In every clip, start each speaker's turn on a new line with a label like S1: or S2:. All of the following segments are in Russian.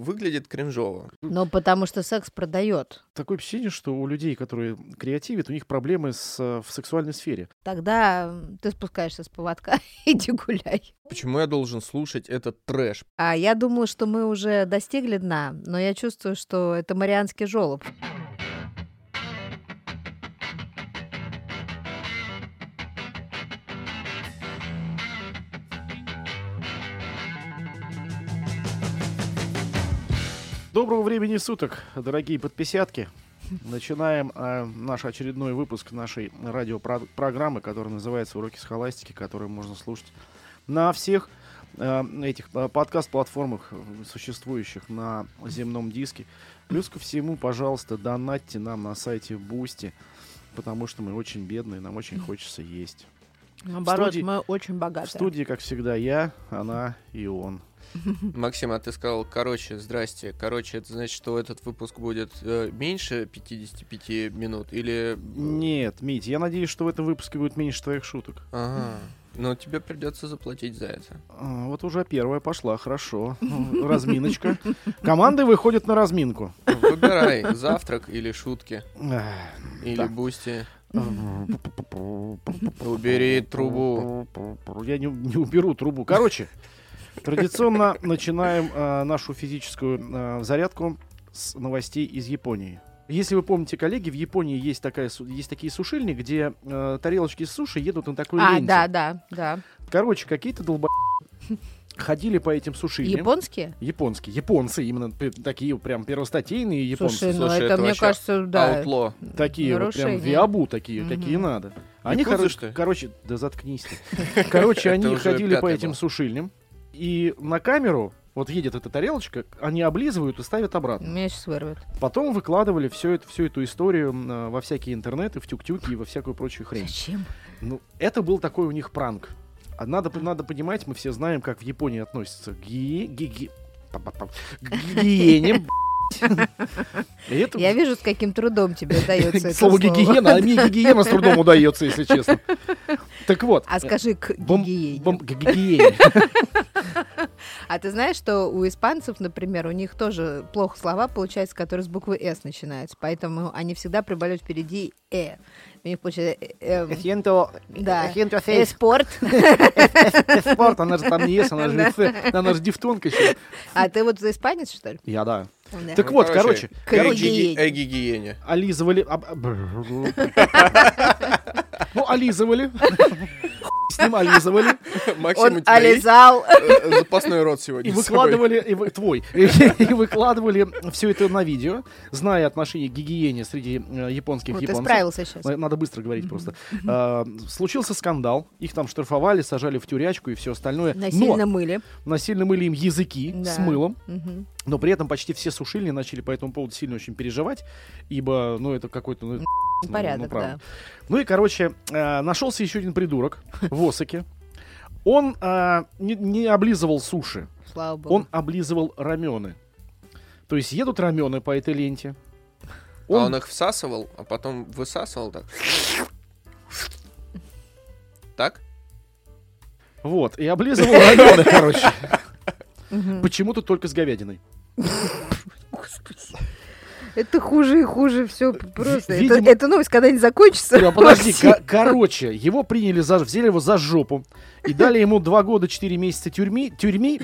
S1: выглядит кринжово.
S2: Но Ну, потому что секс продает.
S3: Такое впечатление, что у людей, которые креативят, у них проблемы с, э, в сексуальной сфере.
S2: Тогда м, ты спускаешься с поводка, иди гуляй.
S1: Почему я должен слушать этот трэш?
S2: А я думала, что мы уже достигли дна, но я чувствую, что это марианский жолоб.
S3: Доброго времени суток, дорогие подписятки. Начинаем э, наш очередной выпуск нашей радиопрограммы, которая называется «Уроки с холастики», которую можно слушать на всех э, этих э, подкаст-платформах, э, существующих на земном диске. Плюс ко всему, пожалуйста, донатьте нам на сайте Бусти, потому что мы очень бедные, нам очень хочется есть.
S2: Наоборот,
S3: студии-
S2: мы очень
S3: В
S2: богаты.
S3: студии, как всегда, я, она и он.
S1: Максим, а ты сказал, короче, здрасте. Короче, это значит, что этот выпуск будет э, меньше 55 минут или...
S3: Нет, Мить, я надеюсь, что в этом выпуске будет меньше твоих шуток.
S1: Ага. Но тебе придется заплатить за это.
S3: А, Вот уже первая пошла, хорошо. Ну, Разминочка. Команды выходят на разминку.
S1: Выбирай, завтрак или шутки,
S3: Эх,
S1: или
S3: Так.
S1: бусти. Убери трубу.
S3: Я не, не уберу трубу. Короче, традиционно начинаем а, нашу физическую а, зарядку с новостей из Японии. Если вы помните, коллеги, в Японии есть, такая, су- есть такие сушильни, где э, тарелочки с суши едут на такой
S2: А,
S3: ленте.
S2: да, да, да.
S3: Короче, какие-то долба... ходили по этим сушильням.
S2: Японские?
S3: Японские, японцы, именно п- такие прям первостатейные японцы.
S2: Слушай, ну
S1: Слушай,
S2: это,
S1: это
S2: мне
S1: вообще
S2: кажется, да.
S1: Аутло.
S3: Такие вот прям
S2: нарушение.
S3: виабу такие,
S2: Мгм.
S3: какие надо. Они
S1: Японцы,
S3: хоро-
S1: что ли?
S3: короче, да заткнись ты. Короче,
S1: Это
S3: они
S1: уже
S3: ходили по
S1: пятый
S3: этим
S1: был.
S3: сушильням, и на камеру вот едет эта тарелочка, они облизывают и ставят обратно.
S2: Меня сейчас вырвет.
S3: Потом выкладывали все это, всю эту историю м, э, во всякие интернеты, в тюк-тюки и во всякую прочую хрень.
S2: Зачем?
S3: Ну, это был такой у них пранк. А надо, п- надо понимать, мы все знаем, как в Японии относятся к ги- ги- ги- па-па-па- к гигиене. б***ь. И это-
S2: Я вижу, с каким трудом тебе дается это
S3: Слово
S2: слово.
S3: гигиена, а мне гигиена с трудом удается, если честно. Так вот. э,
S2: А скажи к
S3: бом-
S2: гигиене.
S3: бом- к гигиене.
S2: А ты знаешь, что у испанцев, например, у них тоже плохо слова получаются, которые с буквы «с» начинаются, поэтому они всегда прибавляют впереди «э». У них получается э, эм, «Э». Да. «э-спорт»,
S3: Спорт, она же там не есть, она же «эс», она же дифтонка еще.
S2: а ты вот испанец, что ли?
S3: Я да.
S2: Да.
S3: Так вот, короче,
S1: Эгиги-
S2: короче,
S1: Эгигиене.
S3: Ализывали. об- об- Ну, ализывали. С ним ализывали. а
S1: Максим, у
S2: Он
S1: тебя есть,
S2: ализал.
S1: э, запасной рот сегодня
S3: И
S1: с собой?
S3: выкладывали, и вы- твой, и выкладывали все это на видео, зная отношение к гигиене среди э, японских
S2: Вот ты
S3: японцев.
S2: справился сейчас.
S3: На- Надо быстро говорить просто. А, Случился скандал, их там штрафовали, сажали в тюрячку и все остальное.
S2: Насильно
S3: Но
S2: мыли.
S3: насильно мыли им языки
S2: Да.
S3: с мылом,
S2: Мгм.
S3: но при этом почти все сушильни начали по этому поводу сильно очень переживать, ибо, ну, это какой-то... ну, ну,
S2: Порядок,
S3: правда.
S2: да.
S3: Ну и, короче, э, нашелся еще один придурок в Осаке. Он э, не- не облизывал суши,
S2: Слава богу.
S3: он облизывал рамены. То есть едут рамены по этой ленте.
S1: А он их всасывал, а потом высасывал так. Так?
S3: Вот, и облизывал рамены, короче.
S2: Мгм.
S3: Почему-то только с говядиной.
S2: Это хуже и хуже все просто. Это-
S3: видимо-
S2: Эта новость когда-нибудь закончится?
S3: Да, подожди,
S2: Максим?
S3: ко- короче, его приняли за ж- взяли его за жопу и дали ему два года четыре месяца тюрьмы, тюрьмы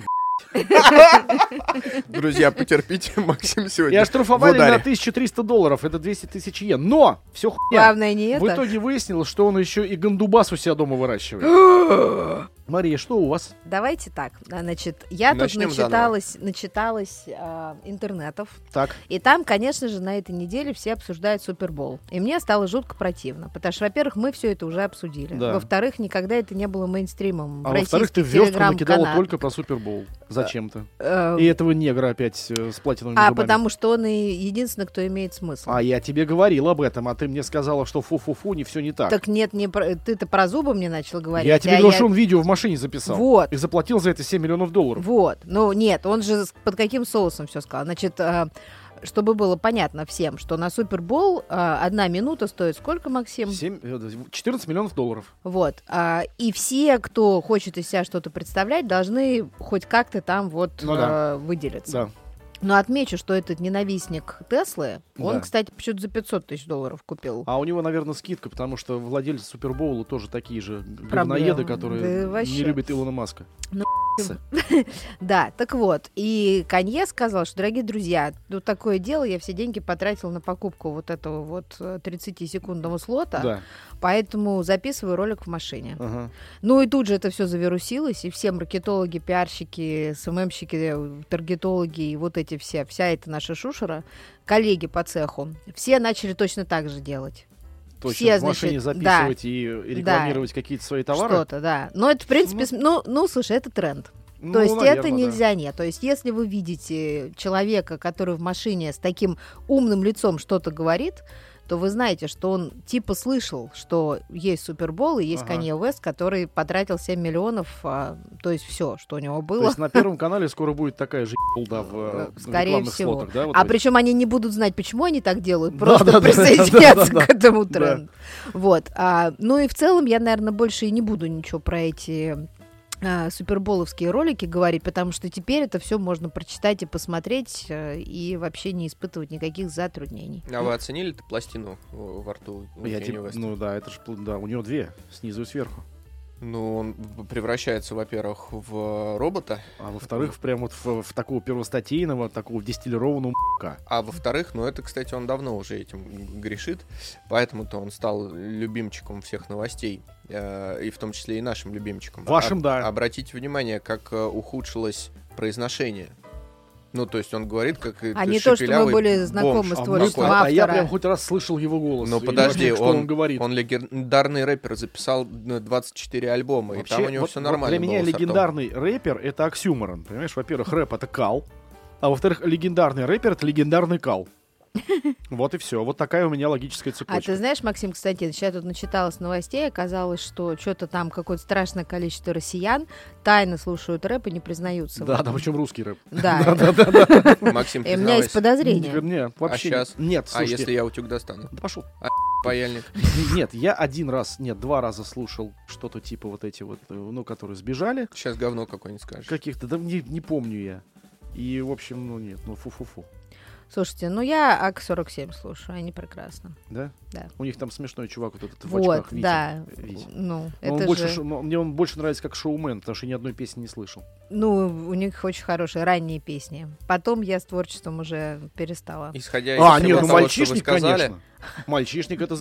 S1: Друзья, потерпите, Максим
S3: и
S1: сегодня.
S3: оштрафовали
S1: в ударе.
S3: на 1300 долларов, это 200 тысяч йен. Но все хуйня.
S2: Главное не
S3: В
S2: это.
S3: итоге выяснилось, что он еще и гандубас у себя дома выращивает. Мария, что у вас?
S2: Давайте так. а, Значит, я
S1: Начнем
S2: тут
S1: заново.
S2: начиталась, начиталась а, интернетов.
S3: Так,
S2: И там, конечно же, на этой неделе все обсуждают Супербол. И мне стало жутко противно. Потому что, во-первых, мы все это уже обсудили.
S3: Да.
S2: Во-вторых, никогда это не было мейнстримом.
S3: а
S2: в
S3: во-вторых, ты
S2: российских
S3: верстку накидала
S2: телеграм-каналах.
S3: только про Супербол. Зачем-то.
S2: Э,
S3: И этого негра опять э, с платиновыми
S2: а
S3: зубами.
S2: потому что он и единственный, кто имеет смысл.
S3: А я тебе говорил об этом, а ты мне сказала, что фу-фу-фу, не все не так.
S2: Так нет, не про- ты-то про зубы мне начал говорить.
S3: я тебе
S2: а
S3: говорил, что он видео в машине записал.
S2: Вот.
S3: И заплатил за это 7 миллионов долларов.
S2: Вот. Ну, нет, он же с- под каким соусом все сказал. Значит, а, чтобы было понятно всем, что на Супербол а, одна минута стоит сколько, Максим?
S3: Семь- э, 14 миллионов долларов.
S2: Вот. а, и все, кто хочет из себя что-то представлять, должны хоть как-то там вот
S3: Ну да.
S2: э, выделиться.
S3: Да.
S2: Но отмечу, что этот ненавистник Теслы, он,
S3: Да.
S2: кстати, почему-то за 500 тысяч долларов купил.
S3: А у него, наверное, скидка, потому что владельцы Супербоула тоже такие же говноеды, которые
S2: Да вообще.
S3: не любят Илона Маска.
S2: Да, так вот. И Канье сказал, что, дорогие друзья, ну такое дело, я все деньги потратил на покупку вот этого вот э, 30-секундного слота,
S3: Да.
S2: поэтому записываю ролик в машине.
S3: Ага.
S2: Ну и тут же это все завирусилось, и все маркетологи, пиарщики, СММщики, таргетологи и вот эти все, вся эта наша шушера, коллеги по цеху, все начали точно так же делать.
S3: Точно,
S2: Все,
S3: в машине
S2: значит, да.
S3: записывать и, и рекламировать какие-то свои товары.
S2: Что-то, да. Но это, в принципе, с- ну, ну, слушай, это тренд.
S3: Ну,
S2: То есть это
S3: наверное,
S2: нельзя, нет. То есть если вы видите человека, который в машине с таким умным лицом что-то говорит, то вы знаете, что он типа слышал, что есть Супербол и есть
S3: Ага.
S2: Канье Уэст, который потратил 7 миллионов, а, то есть все, что у него
S3: Да.
S2: было.
S3: То есть на Первом канале скоро будет такая же ебалда в, э, в
S2: Скорее
S3: рекламных
S2: всего.
S3: слотах, да? вот
S2: а
S3: эти?
S2: причем они не будут знать, почему они так делают,
S3: Да,
S2: просто
S3: да, да, да,
S2: присоединятся
S3: да, да.
S2: к этому
S3: Да.
S2: тренду. Вот. а, ну и в целом я, наверное, больше и не буду ничего про эти а, суперболовские ролики говорить, потому что теперь это все можно прочитать и посмотреть а, и вообще не испытывать никаких затруднений.
S1: А вы оценили эту пластину э, во рту? у
S3: Я
S1: Кенни
S3: тебе-
S1: Уэста?
S3: ну да, это же, да, у него две, снизу и сверху.
S1: Ну, он в- превращается, во-первых, в робота,
S3: А во-вторых, в- прям вот в, в такого первостатейного, такого дистиллированного м***ка.
S1: а во-вторых, ну это, кстати, он давно уже этим грешит, поэтому-то он стал любимчиком всех новостей, э, и в том числе и нашим любимчиком.
S3: Вашим,
S1: Об-
S3: да.
S1: Обратите внимание, как э, ухудшилось произношение. Ну, то есть он говорит, как... э,
S2: А не то, что мы
S1: шепелявый
S2: были знакомы
S1: бомж
S2: с
S3: мы-
S2: творчеством
S1: какой.
S3: а, я
S2: автора.
S3: прям хоть раз слышал его голос.
S1: Но
S3: и
S1: Ну, подожди,
S3: понял, что
S1: он-
S3: он говорит.
S1: Он легендарный рэпер, записал э, 24 альбома,
S3: Вообще,
S1: и там у него
S3: вот-
S1: все
S3: вот
S1: нормально
S3: Для меня
S1: было с ртом.
S3: легендарный рэпер это оксюморон. Понимаешь, во-первых, рэп это кал. А во-вторых, легендарный рэпер это легендарный кал. Вот и все. Вот такая у меня
S2: А
S3: логическая
S2: ты
S3: цепочка.
S2: знаешь, Максим Константинович, я тут начиталась новостей, оказалось, что что-то там какое-то страшное количество россиян тайно слушают рэп и не признаются. в
S3: Да,
S2: этом.
S3: да, причем русский рэп.
S2: Да,
S1: Максим,
S2: И Э, у меня есть
S1: признавайся,
S2: подозрение.
S3: Нет, вообще.
S1: щас?
S3: Нет,
S1: а
S3: слушайте.
S1: если я утюг достану?
S3: Да пошел.
S1: Паяльник.
S3: Нет, я один раз, нет, два раза слушал что-то типа вот эти вот, э, ну, которые сбежали.
S1: Сейчас говно какое-нибудь скажешь.
S3: Каких-то, да не, не помню я. И, в общем, ну нет, ну фу-фу-фу.
S2: Слушайте, ну я АК-47 слушаю, они прекрасно.
S3: Да?
S2: Да.
S3: У них там смешной чувак вот этот в
S2: Вот,
S3: очках, Витя.
S2: да.
S3: Витя.
S2: Ну,
S3: Но он
S2: это
S3: больше,
S2: же...
S3: шо- но мне он больше нравится как шоумен, потому что я ни одной песни не слышал.
S2: Ну, у них очень хорошие ранние песни. Потом я с творчеством уже перестала.
S1: Исходя из
S3: а,
S1: всего
S3: нет,
S1: того, что
S3: ну
S1: вы
S3: мальчишник,
S1: сказали,
S3: конечно. Мальчишник это... за-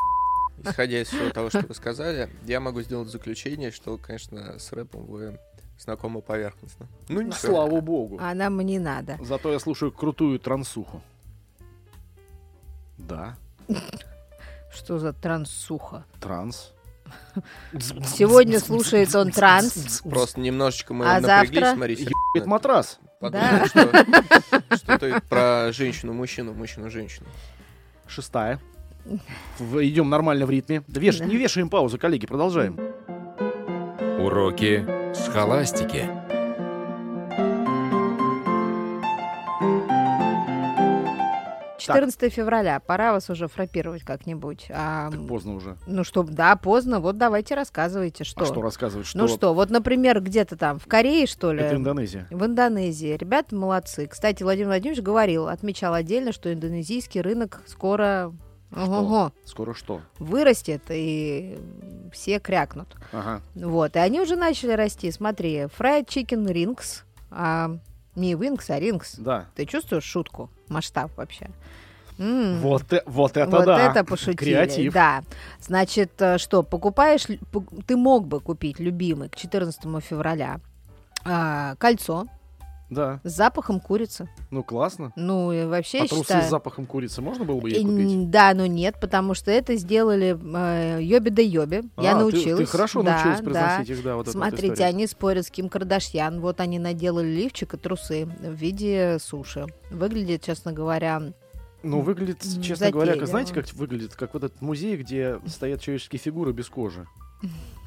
S1: исходя из всего того, что вы сказали, я могу сделать заключение, что, конечно, с рэпом вы знакомы поверхностно. Ну, не
S3: Слава богу.
S2: А нам и не надо.
S3: Зато я слушаю крутую трансуху. Да,
S2: Что за трансуха?
S3: транс.
S2: Сегодня слушает он транс.
S1: Просто немножечко мы
S2: А
S1: напряглись,
S2: завтра?
S1: Мария
S3: Ебет матрас.
S1: Подумали,
S2: Да.
S1: что, что ты про женщину-мужчину, мужчину-женщину.
S3: Шестая. В- идем нормально в ритме. Да веш-
S2: Да.
S3: Не вешаем паузы, коллеги, продолжаем.
S4: Уроки схоластики.
S3: Так.
S2: 14 февраля. Пора вас уже фрапировать как-нибудь. А,
S3: Так поздно уже.
S2: ну, чтобы... Да, поздно. Вот давайте рассказывайте, что.
S3: А что рассказывать? Что
S2: Ну что, вот, например, где-то там, в Корее, что ли?
S3: Это Индонезия.
S2: В Индонезии. Ребята молодцы. Кстати, Владимир Владимирович говорил, отмечал отдельно, что индонезийский рынок скоро ого-го,
S3: Скоро что?
S2: вырастет, и все крякнут.
S3: Ага.
S2: Вот, и они уже начали расти. Смотри, Fried Chicken Rings, а, не Wings, а Rings.
S3: Да.
S2: Ты чувствуешь шутку? Масштаб вообще. М.
S3: Вот, э- вот это
S2: вот
S3: да.
S2: это пошутили.
S3: Креатив.
S2: Да. Значит, э, что, покупаешь, лю- пок- ты мог бы купить, любимый, к 14 февраля, а, кольцо
S3: Да.
S2: с запахом курицы.
S3: Ну классно.
S2: Ну, и вообще,
S3: А
S2: я
S3: трусы с
S2: считаю...
S3: запахом курицы можно было бы
S2: э,
S3: ей купить?
S2: н- Да, но нет, потому что это сделали э, Йоби да Йоби. Я
S3: А, ты-
S2: научилась.
S3: Ты, хорошо
S2: Да,
S3: научилась
S2: да.
S3: произносить их, да, вот эту вот
S2: Смотрите,
S3: историю.
S2: они спорят с Ким Кардашьян. Вот они наделали лифчик и трусы в виде суши. Выглядит, честно говоря,
S3: Ну, выглядит,
S2: М,
S3: честно говоря,
S2: затейливо.
S3: как- знаете, как выглядит? Как вот этот музей, где стоят человеческие фигуры без кожи.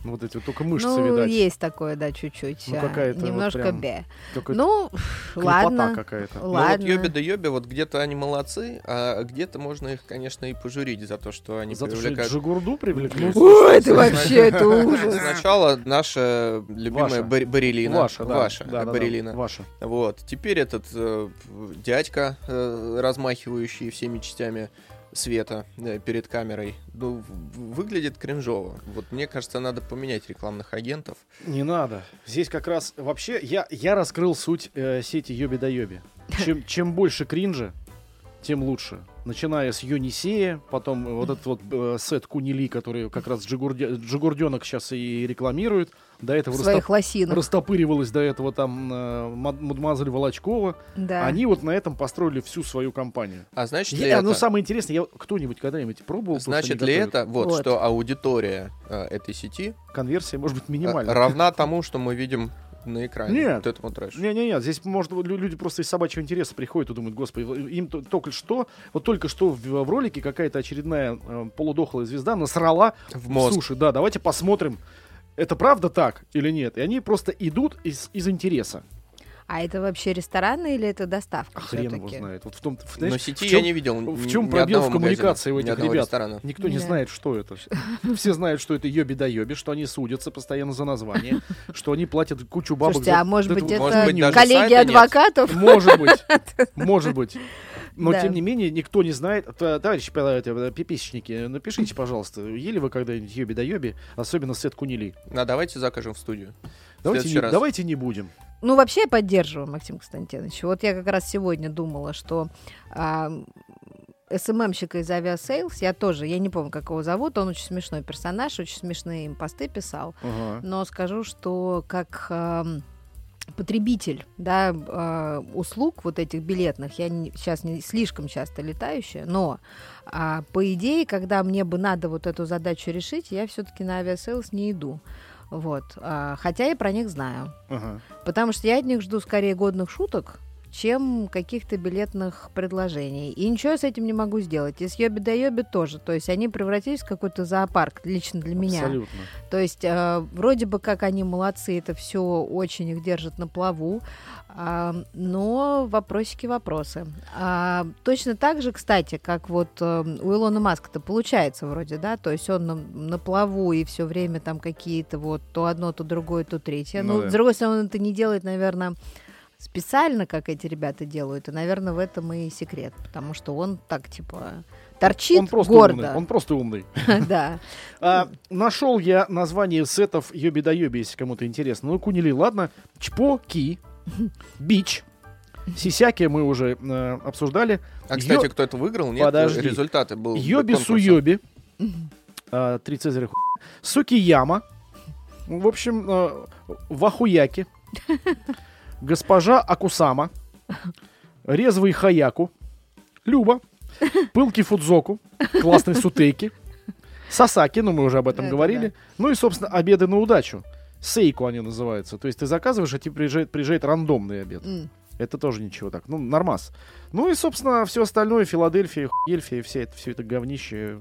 S3: Ну, вот эти вот только мышцы,
S2: ну,
S3: видать.
S2: есть такое, да, чуть-чуть.
S3: Ну,
S2: а,
S3: какая-то вот
S2: Немножко
S3: прям
S2: бе.
S3: Только
S2: Ну,
S3: клепота
S2: ладно.
S3: какая-то.
S1: Ну
S2: Ладно.
S1: вот Йоби да Йоби, вот где-то они молодцы, а где-то можно их, конечно, и пожурить за то, что они
S3: За то, что
S1: привлекают...
S3: Джигурду привлекли.
S2: Ой, это вообще, это ужас.
S1: Сначала наша любимая
S3: Ваша.
S1: бар- барелина.
S3: Ваша, да.
S1: Ваша,
S3: да, да, да,
S1: барелина.
S3: Ваша.
S1: Вот. Теперь этот э, п- дядька, э, размахивающий всеми частями света э, перед камерой, ну, в- выглядит кринжово. Вот мне кажется, надо поменять рекламных агентов.
S3: Не надо. Здесь как раз вообще я, я раскрыл суть э, сети Йоби да Йоби. Чем, чем больше кринжа, тем лучше. Начиная с Юнисея, потом вот этот вот э, сет Кунили, который как раз Джигурде- Джигурденок сейчас и рекламирует. До
S2: В
S3: этого
S2: своих
S3: растоп-
S2: лосинах.
S3: растопыривалась до этого там э, мад- мадемуазель Волочкова.
S2: Да.
S3: Они вот на этом построили всю свою компанию.
S1: А значит ли
S3: Я-
S1: это...
S3: ну, самое интересное, я кто-нибудь когда-нибудь пробовал? просто
S1: Значит
S3: не
S1: ли
S3: готовит?
S1: это, вот,
S2: Вот.
S1: что аудитория э, этой сети
S3: Конверсия может быть
S1: э,
S3: минимальная.
S1: равна тому, что мы видим на экране?
S3: Нет.
S1: Вот этому трэшу.
S3: Не-не-не, здесь, может, лю- люди просто из собачьего интереса приходят и думают, господи, в- им то- только что, вот только что в, в ролике какая-то очередная э, полудохлая звезда насрала
S1: В
S3: в
S1: мозг.
S3: суши. Да, давайте посмотрим, это правда так или нет. И они просто идут из, из интереса.
S2: А это вообще рестораны или это доставка?
S3: А Хрен его
S2: всё-таки?
S3: знает. Вот в том, в-
S1: Но
S3: знаешь,
S1: сети
S3: в чем,
S1: я не видел.
S3: в
S1: ни-
S3: чем
S1: ни
S3: пробел
S1: одного
S3: в
S1: магазина,
S3: коммуникации у
S1: ни
S3: этих
S1: одного
S3: ребят?
S1: ресторана.
S3: Никто не
S2: Да.
S3: знает, что это. Все знают, что это ёби да ёби, что они судятся постоянно за название, что они платят кучу бабок.
S2: Слушайте,
S3: за-
S2: а может
S3: за
S2: быть,
S3: эту-
S2: это
S1: Может быть, даже
S2: коллеги
S1: сайта нет.
S2: адвокатов?
S3: Может быть, может быть. Но,
S2: Да.
S3: тем не менее, никто не знает. Т- Товарищи пи- э, пиписечники, напишите, пожалуйста, ели вы когда-нибудь ёби да ёби, особенно сет кунили.
S1: А давайте закажем в студию. В
S3: Давайте
S1: следующий
S3: не,
S1: раз.
S3: давайте не будем.
S2: Ну, вообще я поддерживаю, Максим Константинович. Вот я как раз сегодня думала, что а, СММщика из авиасейлс, я тоже, я не помню, как его зовут, он очень смешной персонаж, очень смешные им посты писал. Но скажу, что как ам, потребитель да, а, услуг вот этих билетных, я сейчас не слишком часто летающая, но а, по идее, когда мне бы надо вот эту задачу решить, я все-таки на авиасейлс не иду. Вот. А, хотя я про них знаю.
S3: Ага.
S2: Потому что я от них жду скорее годных шуток, чем каких-то билетных предложений. И ничего я с этим не могу сделать. И с Йоби да Йоби тоже. То есть они превратились в какой-то зоопарк лично для меня.
S3: Абсолютно.
S2: То есть э, вроде бы как они молодцы, это все очень их держит на плаву, а, но вопросики вопросы. А, точно так же, кстати, как вот э, у Илона Маска-то получается вроде, да, то есть он на, на плаву и все время там какие-то вот то одно, то другое, то третье.
S3: Ну
S2: Ну,
S3: да.
S2: с другой стороны, он это не делает, наверное, специально, как эти ребята делают, и, наверное, в этом и секрет, потому что он так типа торчит
S3: Он просто умный.
S2: гордо,
S3: Он просто умный. А,
S2: да.
S3: нашел я название сетов Йоби да Йоби, если кому-то интересно. Ну, кунили, ладно. Чпоки, бич, сисяки мы уже э, обсуждали.
S1: А, кстати,
S3: Йо-
S1: кто это выиграл? Нет,
S3: Подожди.
S1: результаты был.
S3: Йоби
S1: конкурса.
S3: Суйоби. А, Три Цезаря ху... Суки Яма. В общем, э, Вахуяки. Госпожа Акусама. Резвый Хаяку. Люба. Пылки Фудзоку. Классный Сутейки. Сасаки, ну мы уже об этом
S2: Это
S3: говорили.
S2: да.
S3: Ну и, собственно, обеды на удачу. Сейку они называются. То есть ты заказываешь, а тебе приезжает, приезжает рандомный обед.
S2: М.
S3: Это тоже ничего так. Ну, нормас. Ну и, собственно, все остальное. Филадельфия, Ельфия, все это, все это говнище.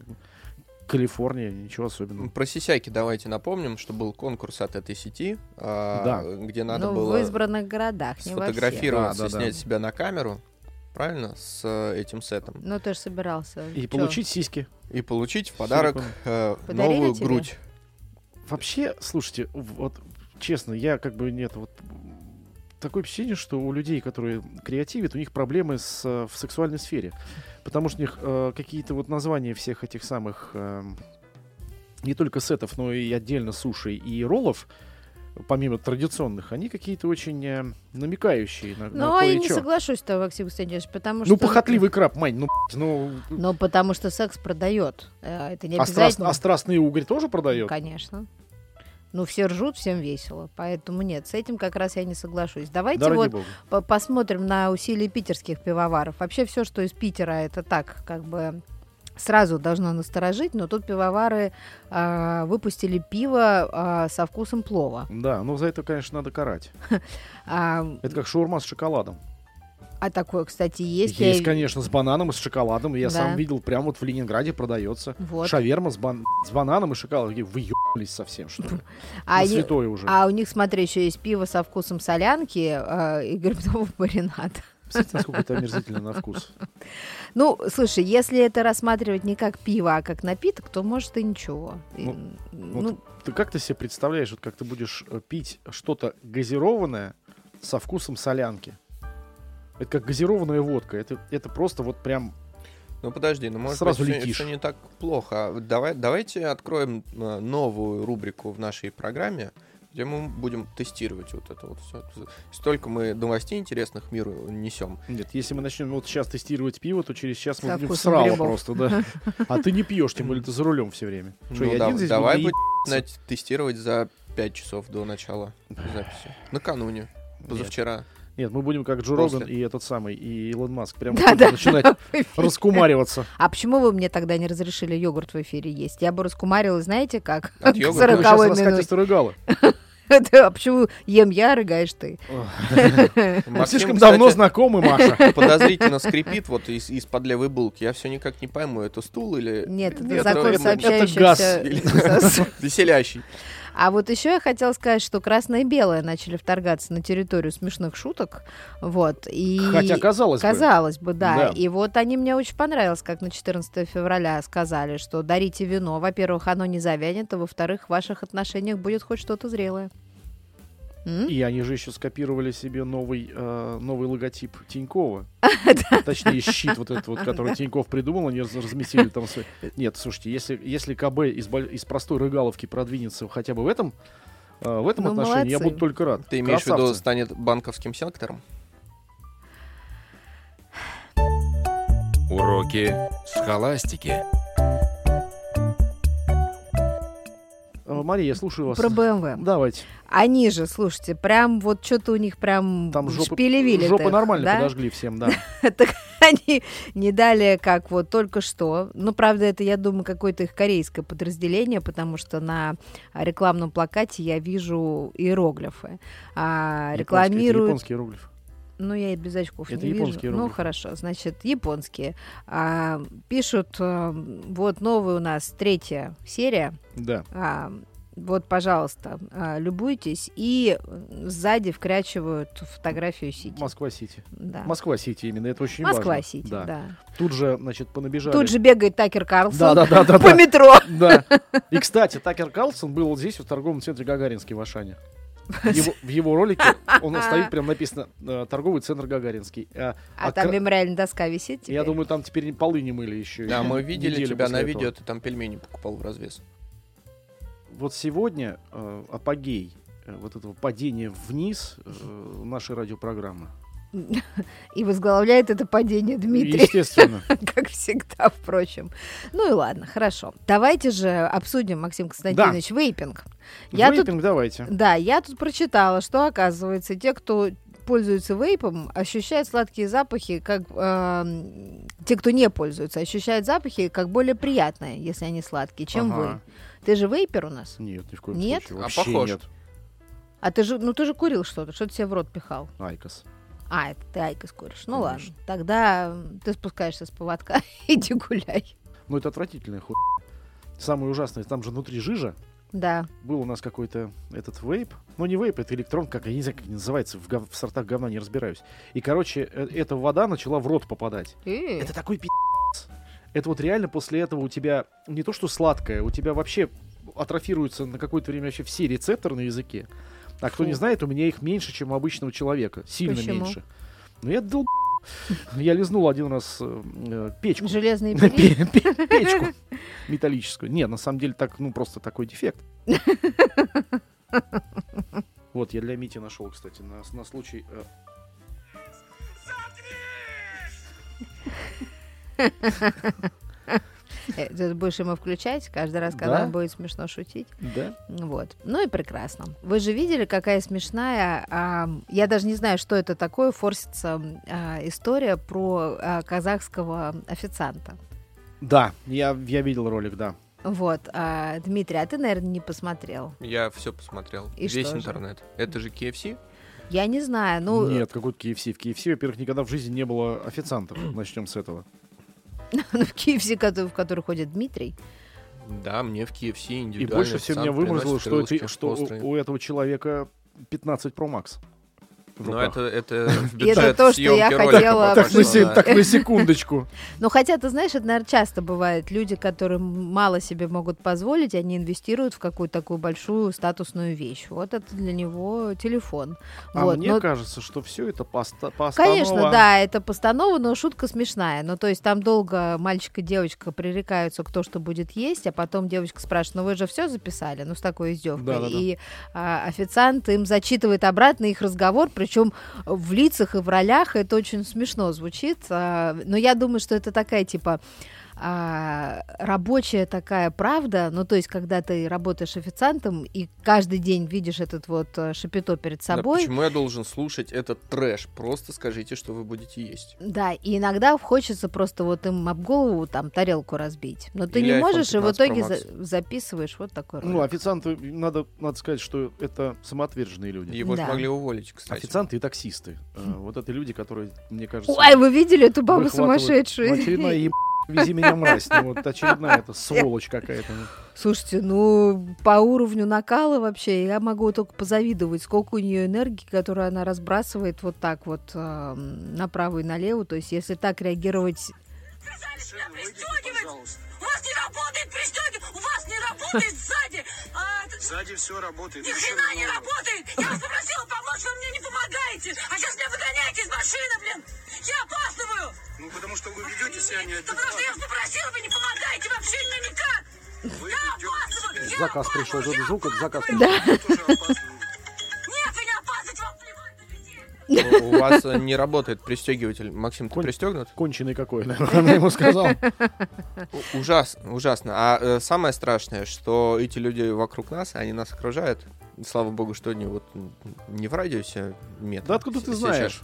S3: Калифорния, ничего особенного.
S1: Про сисяки давайте напомним, что был конкурс от этой сети, а,
S3: Да.
S1: где надо
S2: ну,
S1: было
S2: в избранных городах, не во всех.
S1: сфотографироваться,
S3: Да, да, да.
S1: снять себя на камеру, правильно, с э, этим сетом,
S2: Ну, ты же собирался.
S3: И
S2: Чё?
S3: получить сиськи.
S1: и получить в подарок
S3: Силикон.
S1: э,
S2: Подарили
S1: новую
S2: тебе?
S1: грудь.
S3: Вообще, слушайте, вот честно, я как бы нет, вот такое впечатление, что у людей, которые креативят, у них проблемы с, э, в сексуальной сфере. Потому что у них э, какие-то вот названия всех этих самых эм, не только сетов, но и отдельно суши и роллов, помимо традиционных, они какие-то очень э, намекающие на, на
S2: Ну, а я не
S3: кое-чё.
S2: соглашусь с тобой, Максим Константинович, потому что...
S3: Ну, похотливый краб, Мань, ну, б***ь, ну,
S2: Ну, потому что секс продает. Э, Это не
S3: а, страст-
S2: обязательно.
S3: а страстный угорь тоже продает?
S2: Конечно. Ну, все ржут, всем весело. Поэтому нет, с этим как раз я не соглашусь. Давайте
S3: Да, ради
S2: вот
S3: бога.
S2: по- посмотрим на усилия питерских пивоваров. Вообще все, что из Питера, это так, как бы сразу должно насторожить, но тут пивовары а, выпустили пиво а, со вкусом плова.
S3: Да, ну за это, конечно, надо карать.
S2: А,
S3: Это как шаурма с шоколадом.
S2: а такое, кстати, есть.
S3: Есть,
S2: Я-
S3: конечно, с бананом и с шоколадом. Я
S2: Да.
S3: сам видел, прям вот в Ленинграде продается.
S2: Вот.
S3: Шаверма с, бан- с бананом и шоколадом. Я говорю, Вы ё- ебнулись совсем, что ли?
S2: А,
S3: На
S2: е-
S3: святое уже.
S2: а у них, смотри, еще есть пиво со вкусом солянки э, и грибного маринада.
S3: Представляете, насколько это омерзительно на вкус.
S2: Ну, слушай, если это рассматривать не как пиво, а как напиток, то может и ничего. И,
S3: Ну,
S2: м,
S3: Вот
S2: ну,
S3: ты как ты себе представляешь, вот как ты будешь э, пить что-то газированное со вкусом солянки? Это как газированная водка. Это, это просто вот прям...
S1: Ну подожди, ну может
S3: Сразу
S1: быть,
S3: летишь.
S1: все не так плохо. А Давай, давайте откроем э, новую рубрику в нашей программе, где мы будем тестировать вот это вот все. Столько мы новостей интересных миру несем.
S3: Нет, если мы начнем вот сейчас тестировать пиво, то через час мы
S2: Со
S3: будем в
S2: вкусом
S3: срало
S2: грибов.
S3: просто, да. А ты не пьешь, тем более ты за рулем все время. Что, я один здесь
S1: Ну давай
S3: буду
S1: будем знать, тестировать за 5 часов до начала записи. Накануне,
S3: Нет.
S1: позавчера.
S3: Нет, мы будем как Джо
S1: После.
S3: Роган и этот самый, и Илон Маск. Прям
S2: Да, да.
S3: начинать раскумариваться.
S2: А почему вы мне тогда не разрешили йогурт в эфире есть? Я бы раскумарила, знаете как?
S1: От
S2: К
S1: йогурта?
S3: Ну,
S1: Роковой
S2: сороковой
S3: сейчас
S2: минуте.
S3: раскатисто рыгала.
S2: Да, А почему ем я, а рыгаешь ты?
S1: Максим,
S3: Мы слишком
S1: кстати,
S3: давно знакомы, Маша.
S1: Подозрительно скрипит вот из- из-под левой булки. Я все никак не пойму, это стул или...
S2: Нет,
S1: Э, Нет,
S2: это закон
S1: это- это
S2: сообщающихся...
S1: газ. Веселящий.
S2: А вот еще я хотела сказать, что красное и белое начали вторгаться на территорию смешных шуток. Вот. И...
S3: Хотя, казалось бы.
S2: Казалось бы, да.
S3: Да.
S2: И вот они мне очень понравилось, как на 14 февраля сказали, что дарите вино. Во-первых, оно не завянет, а во-вторых, в ваших отношениях будет хоть что-то зрелое. М?
S3: И они же еще скопировали себе новый, э, новый логотип Тинькова. Точнее, щит вот этот, вот, который Тиньков придумал, они раз- разместили там... свои- Нет, слушайте, если, если КБ из, боль- из простой рыгаловки продвинется хотя бы в этом, э, в этом
S2: Ну,
S3: отношении, я
S2: молодцы.
S3: буду только рад.
S1: Ты имеешь в виду,
S3: Красавцы.
S1: станет банковским сектором?
S4: Уроки схоластики.
S3: Э, Мария, я слушаю вас.
S2: Про БМВ.
S3: Давайте.
S2: Они же, слушайте, прям вот что-то у них прям
S3: Там жопы,
S2: шпилевили.
S3: жопы нормально подожгли всем, да.
S2: Так они не дали, как вот только что. Ну, правда, это, я думаю, какое-то их корейское подразделение, потому что на рекламном плакате я вижу иероглифы. А,
S3: Японский- это
S2: рекламируют...
S3: японский иероглиф.
S2: Ну, я и без очков
S3: Это
S2: не вижу.
S3: японские
S2: Ну,
S3: иероглифы.
S2: хорошо, значит, японские. А, пишут, а, вот новая у нас третья серия.
S3: Да.
S2: А, вот, пожалуйста, а, любуйтесь. И сзади вкрячивают фотографию Сити.
S3: Москва-Сити.
S2: Да.
S3: Москва-Сити именно, это очень важно.
S2: Москва-Сити,
S3: Да.
S2: да.
S3: Тут же, значит, понабежали.
S2: Тут же бегает Такер Карлсон
S3: Да, А да, да, да,
S2: по
S3: да.
S2: метро.
S3: Да. И, кстати, Такер Карлсон был вот здесь, вот в торговом центре Гагаринский в Ашане. Его- в его ролике он стоит, прям написано э, «Торговый центр Гагаринский». А,
S2: А,
S3: а
S2: там
S3: кра-
S2: мемориальная доска висит теперь.
S3: Я думаю, там теперь не- полы не мыли еще.
S1: Да, А мы видели
S3: неделю
S1: тебя
S3: после
S1: на
S3: этого.
S1: видео, ты там пельмени покупал в развес.
S3: Вот сегодня э, апогей э, вот этого падения вниз э, нашей радиопрограммы.
S2: И возглавляет это падение Дмитрий,
S3: Естественно.
S2: как всегда, впрочем. Ну и ладно, хорошо. Давайте же обсудим, Максим Константинович, вейпинг. Я тут,
S3: Вейпинг давайте.
S2: да, я тут прочитала, что оказывается, те, кто пользуются вейпом, ощущают сладкие запахи, как эм, те, кто не пользуется, ощущают запахи как более приятные, если они сладкие, чем
S3: Ага.
S2: вы. Ты же вейпер у нас?
S3: Нет, ни в коем
S2: Нет?
S3: случае.
S1: А
S3: Вообще
S1: похож.
S3: нет.
S2: А ты же, ну ты же курил что-то, что ты себе в рот пихал?
S3: Айкос.
S2: А, это ты Айкос куришь. Ну
S3: Конечно.
S2: ладно. Тогда м, ты спускаешься с поводка, иди гуляй.
S3: Ну это отвратительная хуй. Самое ужасное, там же внутри жижа.
S2: Да.
S3: был у нас какой-то этот вейп. Ну, не вейп, это электрон, как я не знаю, как это называется, в, гов- в сортах говна не разбираюсь. И, короче, э- эта вода начала в рот попадать.
S2: Э,
S3: Это такой пи***ц. Это вот реально после этого у тебя не то что сладкое, у тебя вообще атрофируются на какое-то время вообще все рецепторы на языке. А кто
S2: Фу.
S3: не знает, у меня их меньше, чем у обычного человека. Сильно
S2: Почему?
S3: меньше. Ну, я дол... Я лизнул один раз э, э, печку.
S2: Железные пили.
S3: Пе- пе- Печку металлическую. Не, на самом деле так, ну просто такой дефект. Вот, я для Мити нашел, кстати, на, на случай... э,
S2: Э, Ты будешь ему включать каждый раз,
S3: Да?
S2: когда он будет смешно шутить.
S3: Да?
S2: Вот. Ну и прекрасно. Вы же видели, какая смешная, а, я даже не знаю, что это такое, форсится а, история про а, казахского официанта.
S3: Да, я, я видел ролик, да.
S2: Вот. а, Дмитрий, а ты, наверное, не посмотрел.
S1: Я все посмотрел.
S2: И
S1: Весь
S2: что же?
S1: интернет. Это же KFC?
S2: Я не знаю. Ну,
S3: Нет, какой KFC. В KFC, во-первых, никогда в жизни не было официантов. Начнем с этого.
S2: в KFC, в который ходит Дмитрий,
S1: Да, мне в KFC
S3: И
S1: индивидуально.
S3: больше всего меня
S1: официант
S3: вымазало,
S1: приносит
S3: что, это-
S1: тарелочки
S3: что
S1: острые.
S3: у, у этого человека 15 Pro Max. в
S1: Ну,
S3: руках.
S1: это, это в
S2: И это
S1: бюджет
S2: то, что я
S1: съемки ролика
S2: хотела
S1: попало,
S3: Так, на се-
S1: да.
S3: так на секундочку.
S2: Ну, хотя, ты знаешь, это, наверное, часто бывает. Люди, которые мало себе могут позволить, они инвестируют в какую-то такую большую статусную вещь. Вот это для него телефон.
S3: А
S2: вот.
S3: мне
S2: но-
S3: кажется, что все это поста- постанова.
S2: Конечно, да, это постанова, но шутка смешная. Ну, то есть там долго мальчик и девочка пререкаются, кто что будет есть, а потом девочка спрашивает, ну вы же все записали, ну с такой издевкой.
S3: Да-да-да.
S2: И а, официант им зачитывает обратно их разговор, причем в лицах и в ролях это очень смешно звучит. а, но я думаю, что это такая типа а, рабочая такая правда, ну то есть когда ты работаешь официантом и каждый день видишь этот вот э, шапито перед
S1: Да,
S2: собой,
S1: Почему я должен слушать этот трэш? Просто скажите, что вы будете есть.
S2: Да, и иногда хочется просто вот им об голову там тарелку разбить. Но ты
S1: Или
S2: не
S1: iPhone
S2: можешь, и в
S1: 15
S2: итоге
S1: Pro Max.
S2: за- записываешь вот такой ролик.
S3: Ну, официанты, надо, надо сказать, что это самоотверженные люди.
S1: Его ж
S2: Да.
S1: могли уволить, кстати.
S3: Официанты и таксисты. Э, Вот это люди, которые, мне кажется...
S2: Ой, вы видели эту бабу
S3: выхватывают-
S2: сумасшедшую?
S3: Ну, очередная еб... Вези меня, мразь. Ну, вот очередная это сволочь какая-то.
S2: Слушайте, ну по уровню накала вообще я могу только позавидовать, сколько у нее энергии, которую она разбрасывает вот так вот эм, направо и налево. То есть если так реагировать,
S5: сказали себя пристегивать. У вас не работает пристегивать, у вас не работает сзади. А, это-
S6: Сзади все работает.
S5: ни хрена не работает. Я вас попросила помочь, вы мне не помогаете. А сейчас меня выгоняете из машины, блин. Я опаздываю.
S6: Ну, потому что вы а ведете себя
S5: Да потому что я
S6: неадекватно.
S5: вас попросила, вы не помогаете вообще мне никак.
S6: Вы
S5: Я
S6: ведете себя...
S5: опаздываю. Я
S3: Заказ
S5: опаздываю,
S3: пришел,
S5: я
S3: этот звук, этот заказ.
S5: опаздываю.
S6: Я тоже опаздываю.
S5: Нет, вы не опаздываете, вам плевать на людей.
S1: У у вас э, не работает пристегиватель. Максим, ты
S3: Конь.
S1: пристегнут?
S3: Конченый какой, наверное, она ему сказала.
S1: У- Ужасно, ужасно. А э, самое страшное, что эти люди вокруг нас, они нас окружают. Слава богу, что они вот м, не в радиусе метра.
S3: Да откуда
S1: се-
S3: ты
S1: сейчас.
S3: знаешь?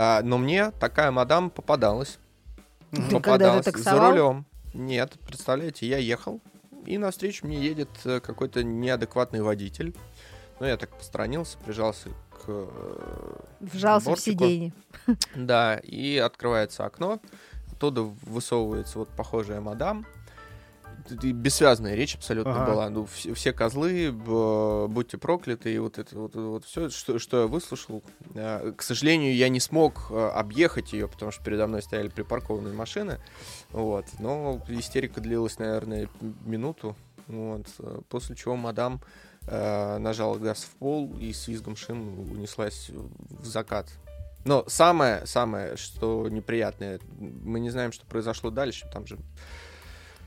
S1: А, но мне такая мадам попадалась.
S2: ты когда ты
S1: за
S2: таксовал,
S1: рулем. Нет, представляете, я ехал, и навстречу мне едет э, какой-то неадекватный водитель. Ну, я так посторонился, прижался к... э,
S2: вжался в
S1: бортику.
S2: сиденье.
S1: Да, и открывается окно, оттуда высовывается вот похожая мадам. Тут и Бессвязная речь абсолютно
S3: Ага.
S1: была. Ну, все, все козлы, б- будьте прокляты, и вот это вот, все, что, что я выслушал. Э, К сожалению, я не смог э, объехать ее, потому что передо мной стояли припаркованные машины. Вот. Но истерика длилась, наверное, м- минуту. Вот. Э, После чего мадам э, нажала газ в пол и с визгом шин унеслась в закат. Но самое, самое, что неприятное, мы не знаем, что произошло дальше. Там же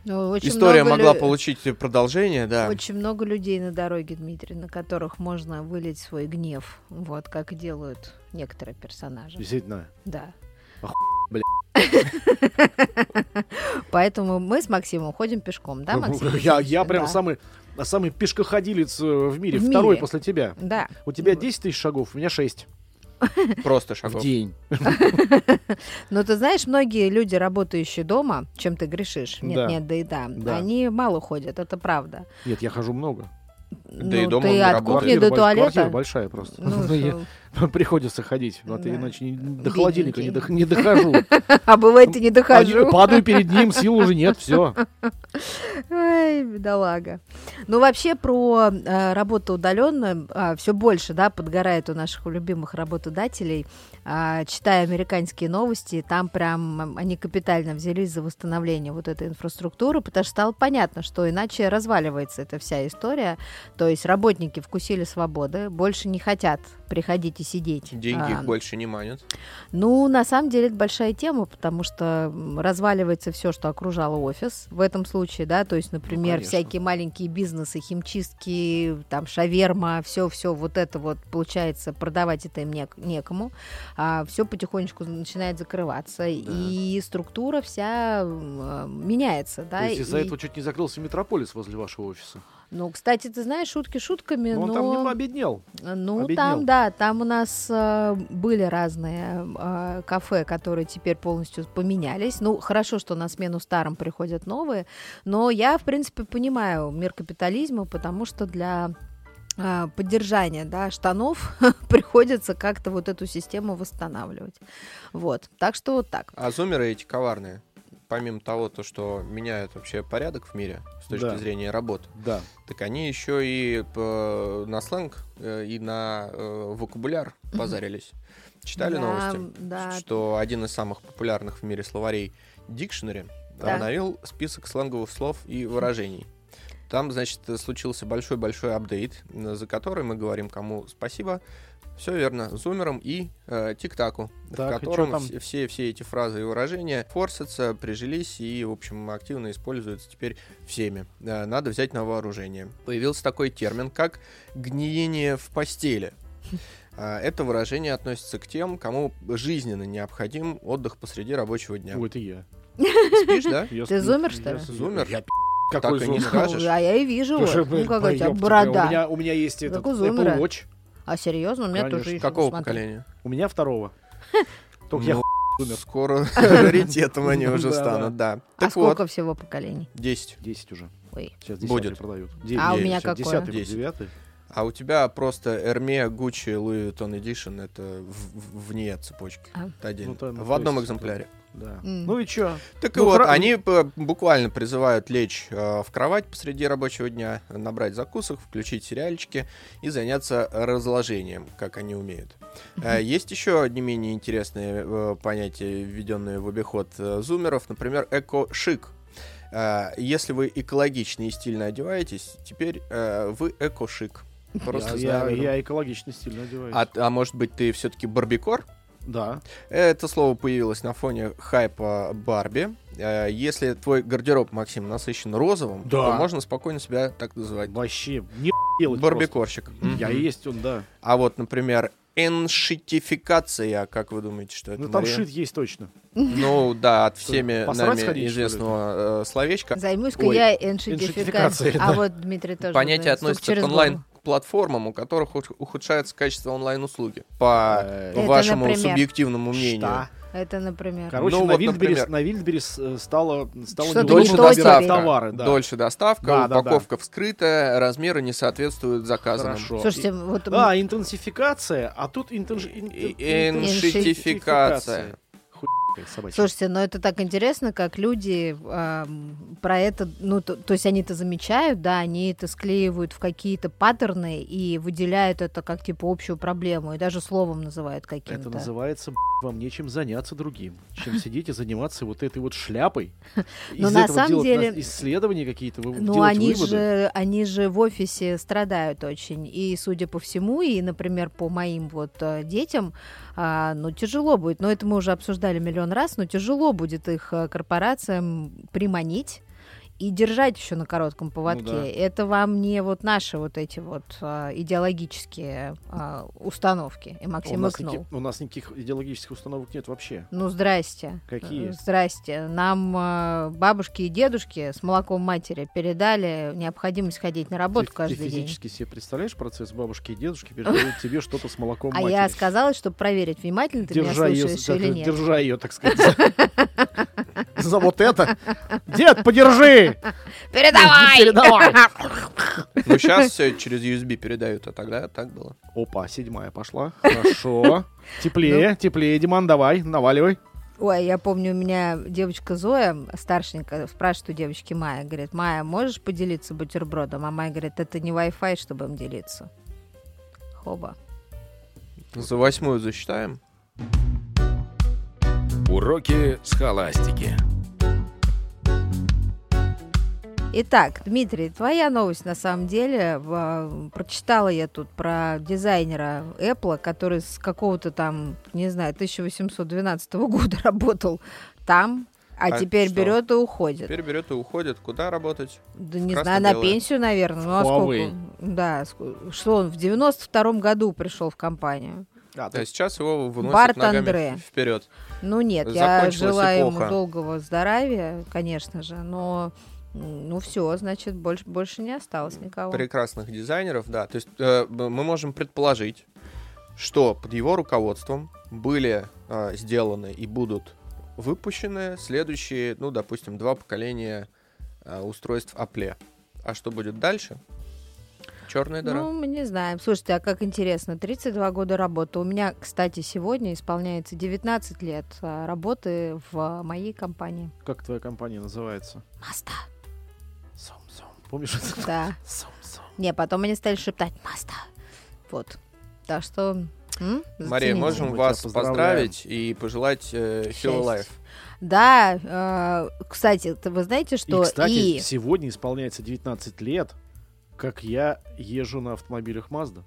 S2: Ну, очень
S1: история
S2: много
S1: могла
S2: лю-
S1: получить продолжение, да.
S2: Очень много людей на дороге, Дмитрий, на которых можно вылить свой гнев. Вот как делают некоторые персонажи.
S3: Действительно.
S2: Да.
S3: Оху-
S2: Поэтому мы с Максимом ходим пешком, да, Максим?
S3: Я, я прям
S2: Да.
S3: самый, самый пешкоходилец э, в мире,
S2: В
S3: второй
S2: мире.
S3: после тебя.
S2: Да.
S3: У тебя
S2: Вот.
S3: 10 тысяч шагов, у меня 6
S1: Просто
S3: в
S1: шагов.
S3: день.
S2: Но ты знаешь, многие люди, работающие дома, чем ты грешишь, нет,
S3: Да.
S2: нет, да и да,
S3: Да.
S2: они мало ходят, это правда.
S3: Нет, я хожу много.
S1: Да и
S2: Ну,
S1: дома
S2: ты
S1: он
S2: от
S1: работает.
S2: кухни
S3: Квартира
S2: до
S3: больш-
S2: туалета.
S3: Квартира большая просто.
S2: Ну,
S3: Ну, я-
S2: что-
S3: Приходится ходить, вот
S2: Да.
S3: иначе не- до холодильника не,
S2: Бедненький.
S3: дох- не дохожу.
S2: а бывает, и не дохожу.
S3: Ну, Они- Падаю перед ним, сил уже нет, все.
S2: Ай, бедолага. Ну, вообще, про э, работу удаленную все больше, да, подгорает у наших любимых работодателей. А, читая американские новости, там прям м, они капитально взялись за восстановление вот этой инфраструктуры, потому что стало понятно, что иначе разваливается эта вся история. То есть работники вкусили свободы, больше не хотят приходить и сидеть.
S1: Деньги их
S2: А,
S1: больше не манят.
S2: ну, на самом деле это большая тема, потому что м, разваливается все, что окружало офис в этом случае, да, то есть, например,
S3: Ну, конечно.
S2: всякие маленькие бизнесы, химчистки, там, шаверма, все-все вот это вот, получается, продавать это им нек- некому, все потихонечку начинает закрываться, и структура вся м, э, меняется, да.
S3: То есть из-за
S2: и-
S3: этого чуть не закрылся метрополис возле вашего офиса.
S2: Ну, кстати, ты знаешь, шутки шутками,
S3: Но
S2: но...
S3: Ну, он там не обеднел.
S2: Ну,
S3: Обеднел.
S2: там, да, там у нас э, были разные э, кафе, которые теперь полностью поменялись. Ну, хорошо, что на смену старым приходят новые, но я, в принципе, понимаю мир капитализма, потому что для э, поддержания да, штанов приходится как-то вот эту систему восстанавливать. Вот, так что вот так.
S1: А зумеры эти коварные. помимо того, то, что меняют вообще порядок в мире с точки
S3: Да.
S1: зрения работы,
S3: Да.
S1: так они еще и э, на сленг э, и на э, вокабуляр позарились. Читали
S2: Да,
S1: новости,
S2: да.
S1: что один из самых популярных в мире словарей Dictionary
S2: Да.
S1: обновил список сленговых слов и выражений. Там, значит, случился большой-большой апдейт, э, за который мы говорим кому спасибо. Все верно, зумерам и э, тик-таку,
S3: Так, и
S1: в котором
S3: чё там?
S1: вс- все, все эти фразы и выражения форсятся, прижились и, в общем, активно используются теперь всеми. Э, Надо взять на вооружение. Появился такой термин, как гниение в постели. А, Это выражение относится к тем, кому жизненно необходим отдых посреди рабочего дня.
S3: Ой, это я.
S1: Спишь, да?
S3: Я
S2: Ты
S3: с-
S2: зумер,
S3: я
S2: что ли?
S3: с-
S1: Зумер?
S3: Я пи***,
S1: Так
S3: какой
S1: и не
S3: зумер?
S2: Ну,
S1: скажешь.
S2: а я и вижу. вот.
S3: Слушай,
S2: Ну,
S3: блин,
S2: какая у тебя
S3: ёпта, У
S2: борода.
S3: меня, у меня есть
S2: Как
S3: этот
S2: у
S3: Apple
S2: зумера.
S3: Watch.
S2: А серьезно, у меня
S3: Конечно.
S2: тоже еще.
S1: Какого
S2: смотри.
S1: поколения?
S3: У меня второго. Только я
S1: Ну,
S3: хуй зумер.
S1: Скоро раритетом они
S3: Ну,
S1: уже
S3: да.
S1: станут, да.
S2: А
S1: Так
S2: сколько
S1: вот,
S2: всего поколений?
S1: 10.
S3: 10 уже.
S2: Ой.
S3: Сейчас
S1: Будет.
S3: десятый продают.
S2: А у меня
S3: Сейчас
S2: какое?
S3: Десятый, будет,
S1: Десять.
S3: девятый.
S1: А у тебя просто Эрме, Гуччи, Луи Vuitton Edition это в- в- вне цепочки.
S2: А.
S1: Это отдельно.
S3: Ну, там,
S1: в
S3: то
S1: одном
S3: есть,
S1: экземпляре.
S3: Да.
S2: М.
S3: Ну и чё?
S1: Так
S3: Ну,
S1: и вот,
S3: кра-
S1: они э, буквально призывают лечь э, в кровать посреди рабочего дня, набрать закусок, включить сериальчики и заняться разложением, как они умеют. Э, Есть еще не менее интересные э, понятия, введенные в обиход э, зумеров, например, эко-шик. Э, Если вы экологично и стильно одеваетесь, теперь э, вы эко-шик. Просто
S3: я,
S1: знаю.
S3: я экологично стильно одеваюсь.
S1: А, а может быть, ты все-таки барбикор?
S3: Да.
S1: Это слово появилось на фоне хайпа Барби. Э, Если твой гардероб, Максим, насыщен розовым,
S3: Да.
S1: то можно спокойно себя так называть.
S3: Вообще, не делать
S1: Барбикорщик.
S3: просто. Я
S1: Мгм.
S3: и есть он, да.
S1: А вот, например, эншитификация, как вы думаете, что это?
S3: Ну там
S1: Мария?
S3: шит есть точно.
S1: Ну да, от
S3: Что,
S1: всеми
S3: посрать
S1: нами
S3: сходить, что ли?
S1: известного э, словечка.
S2: Займусь-ка
S1: Ой.
S2: я
S3: Эншитификацией,
S2: эншитификацией. А
S3: да.
S2: вот Дмитрий тоже.
S1: Понятие
S2: знает, сколько
S1: относится
S2: через
S1: к онлайн-платформам, у которых ух- ухудшается качество онлайн-услуги. По
S3: Э,
S2: Это,
S1: вашему
S2: например,
S1: субъективному мнению.
S3: Что?
S2: голову. Это, например.
S3: Короче,
S1: Ну,
S3: на,
S1: вот,
S3: Вильдберрис,
S1: например.
S3: на Вильдберрис э, стало, стало
S2: Что-то
S3: неудобно
S2: не
S1: Дольше
S2: то
S3: добирать
S2: теперь.
S1: доставка.
S3: товары. Да.
S1: Дольше доставка,
S3: Да, да, да.
S1: упаковка вскрытая, размеры не соответствуют заказанным.
S3: Хорошо.
S2: Слушайте,
S3: И-
S2: вот
S3: а, интенсификация, а тут интенж...
S1: И-
S3: интен-
S1: Эншитификация.
S3: Хуй какая собачья.
S2: Слушайте, но это так интересно, как люди ам, про это, ну, то, то есть они это замечают, да, они это склеивают в какие-то паттерны и выделяют это как, типа, общую проблему, и даже словом называют
S3: Это
S2: каким-то.
S3: называется, б***ь, вам нечем заняться другим, чем сидеть и заниматься вот этой вот шляпой.
S2: Но
S3: Из
S2: Ну, на
S3: этого
S2: самом
S3: делать
S2: деле-
S3: на- исследования какие-то, вы-
S2: Ну,
S3: делать
S2: они
S3: выводы.
S2: же, они же в офисе страдают очень. И, судя по всему, и, например, по моим вот э, детям, а, ну, тяжело будет. Но это мы уже обсуждали миллион раз, но тяжело будет их э, корпорациям приманить и держать еще на коротком поводке.
S3: Ну да.
S2: Это вам не вот наши вот эти вот а, идеологические а, установки. И
S3: у,
S2: Максим
S3: нас
S2: икнул.
S3: никаких- у нас никаких идеологических установок нет вообще.
S2: Ну, здрасте.
S3: Какие?
S2: Э, Здрасте. Нам э, бабушки и дедушки с молоком матери передали необходимость ходить на работу
S3: ты,
S2: каждый
S3: ты
S2: день.
S3: физически себе представляешь процесс бабушки и дедушки передают тебе что-то с молоком
S2: А
S3: матери.
S2: я сказала, чтобы проверить, внимательно ты
S3: держа
S2: меня
S3: ее,
S2: слушаешь или нет.
S3: держа ее, так сказать, за- за вот это. Дед, подержи! Передавай!
S1: Ну, сейчас все через USB передают, а тогда так было.
S3: Опа, седьмая пошла.
S2: Ну.
S3: Хорошо. Теплее, теплее, Диман, давай, наваливай.
S2: Ой, я помню, у меня девочка Зоя, старшенькая, спрашивает у девочки Майя, говорит, Майя, можешь поделиться бутербродом? А Майя говорит, это не Wi-Fi, чтобы им делиться. Хоба.
S1: За восьмую засчитаем.
S4: Уроки схоластики.
S2: Итак, Дмитрий, твоя новость на самом деле. В- Прочитала я тут про дизайнера Apple, который с какого-то там, не знаю, 1812 года работал там, а,
S1: А
S2: теперь
S1: что?
S2: берет и уходит.
S1: Теперь берет и уходит. Куда работать?
S2: Да не
S1: Красно
S2: знаю, на
S1: белое.
S2: пенсию, наверное. Ну а
S3: Huawei.
S2: сколько? Да, ск- что он в 92 году пришел в компанию?
S3: А,
S1: А сейчас его выносят
S2: Барт
S1: ногами
S2: Андре.
S1: вперед.
S2: Ну нет, я
S1: Закончилась
S2: желаю
S1: эпоха.
S2: ему долгого здоровья, конечно же, но м, ну все, значит, больше, больше не осталось никого.
S1: Прекрасных дизайнеров, да. То есть э, мы можем предположить, что под его руководством были э, сделаны и будут выпущены следующие, ну, допустим, два поколения э, устройств Apple. А что будет дальше? Черная дыра.
S2: Ну, мы не знаем. Слушайте, а как интересно, 32 года работы. У меня, кстати, сегодня исполняется 19 лет а, работы в а, моей компании.
S3: Как твоя компания называется?
S2: Маста.
S3: Сом-сом. Помнишь? это?
S2: Да.
S3: Сом-сом.
S2: Не, потом они стали шептать Маста. Вот. Так что... м,
S1: Мария,
S2: зацените.
S1: можем
S3: Мы тебя
S1: вас
S3: поздравляем.
S1: поздравить и пожелать э, Hello Life.
S2: Счастья. Да, э, кстати, это вы знаете, что
S3: И, кстати,
S2: и-
S3: сегодня исполняется 19 лет, как я езжу на автомобилях Mazda.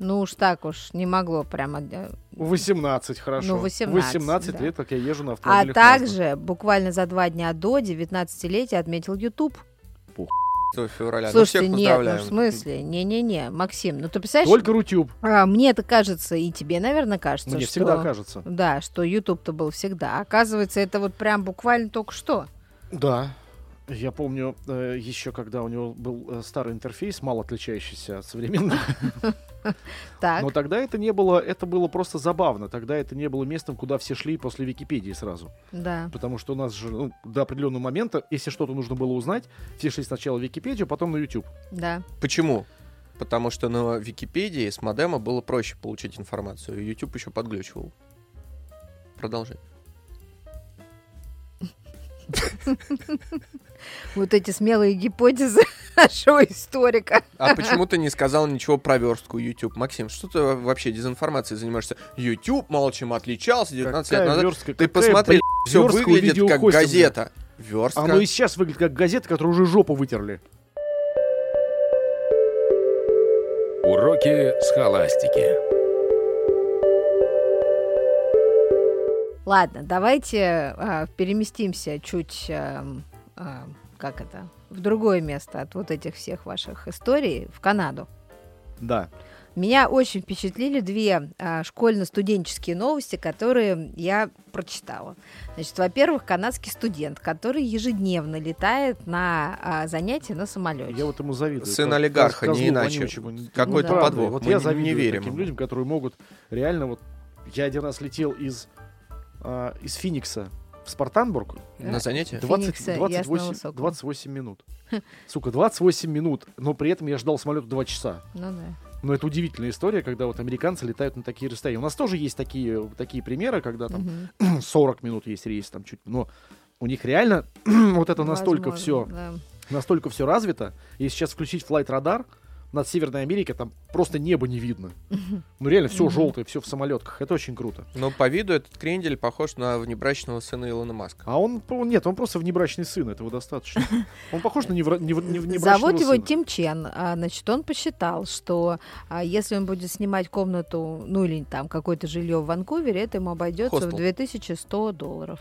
S2: ну уж так уж не могло прямо. э,
S3: 18, хорошо.
S2: Ну, 18,
S3: 18
S2: да.
S3: лет, как я езжу на
S2: А
S3: автомобилях Mazda.
S2: также буквально за два дня до 19-летия отметил YouTube.
S1: 1 февраля. Ну,
S2: Слушайте,
S1: всех
S2: нет, ну в
S1: поздравляем.
S2: смысле, не-не-не, Максим, ну ты представляешь,
S3: Только Рутюб.
S2: а, мне это кажется, и тебе, наверное, кажется,
S3: Мне
S2: что...
S3: всегда кажется.
S2: Да, что YouTube-то был всегда. Оказывается, это вот прям буквально только что.
S3: Да. Я помню э, еще, когда у него был э, старый интерфейс, мало отличающийся от современного.
S2: Так,
S3: Но тогда это не было, это было просто забавно. Тогда это не было местом, куда все шли после Википедии сразу.
S2: да.
S3: Потому что у нас же ну, до определенного момента, если что-то нужно было узнать, все шли сначала в Википедию, потом на YouTube.
S2: Да.
S1: Почему? Потому что на Википедии с модема было проще получить информацию. YouTube еще подглючивал. Продолжи.
S2: Вот эти смелые гипотезы нашего историка.
S1: А почему ты не сказал ничего про верстку YouTube? Максим, что ты вообще дезинформацией занимаешься? YouTube, мол, чем отличался 19 лет
S3: Какая
S1: назад.
S3: верстка,
S1: ты
S3: какая,
S1: посмотри,
S3: блядь,
S1: все
S3: верстка у
S1: выглядит как
S3: видеохостинга?
S1: газета. Верстка.
S3: Оно и сейчас выглядит как газета, которую уже жопу вытерли.
S4: Уроки схоластики.
S2: Ладно, давайте а, переместимся чуть, эм, а, как это, в другое место от вот этих всех ваших историй, в Канаду.
S3: Да.
S2: Меня очень впечатлили две а, школьно-студенческие новости, которые я прочитала. Значит, во-первых, канадский студент, который ежедневно летает на а, занятия на самолете.
S3: Я вот ему завидую.
S1: Сын
S3: Каз-
S1: олигарха,
S3: козлу
S1: не иначе.
S3: вонючему. Ну,
S1: Какой-то
S3: правда,
S1: подвох.
S3: Вот
S1: Мы
S3: я
S1: не
S3: завидую
S1: верим
S3: таким
S1: ему.
S3: людям, которые могут реально вот... Я один раз летел из, а, из Феникса в Спартанбург.
S1: На занятие?
S2: Феникса и
S3: 20, 28,
S2: Ясного Сокола.
S3: 28 минут. Сука, 28 минут, но при этом я ждал самолета 2 часа.
S2: Ну да.
S3: Но это удивительная история, когда вот американцы летают на такие расстояния. У нас тоже есть такие, такие примеры, когда там
S2: Мгм.
S3: 40 минут есть рейс, там чуть, но у них реально вот это настолько
S2: Возможно,
S3: все,
S2: да.
S3: настолько все развито. Если сейчас включить флайт радар над Северной Америкой, там просто небо не видно. Ну реально все
S2: Мгм.
S3: желтое, все в самолетках. Это очень круто.
S1: Ну, по виду этот крендель похож на внебрачного сына Илона Маска.
S3: А он, по- нет, он просто внебрачный сын, этого достаточно. Он похож на невра- невра- нев- внебрачного
S2: Зовут его
S3: сына.
S2: Тим Чен. А, Значит, он посчитал, что а, если он будет снимать комнату, ну или там какое-то жилье в Ванкувере, это ему обойдется в
S1: Хостел.
S2: 2100 долларов.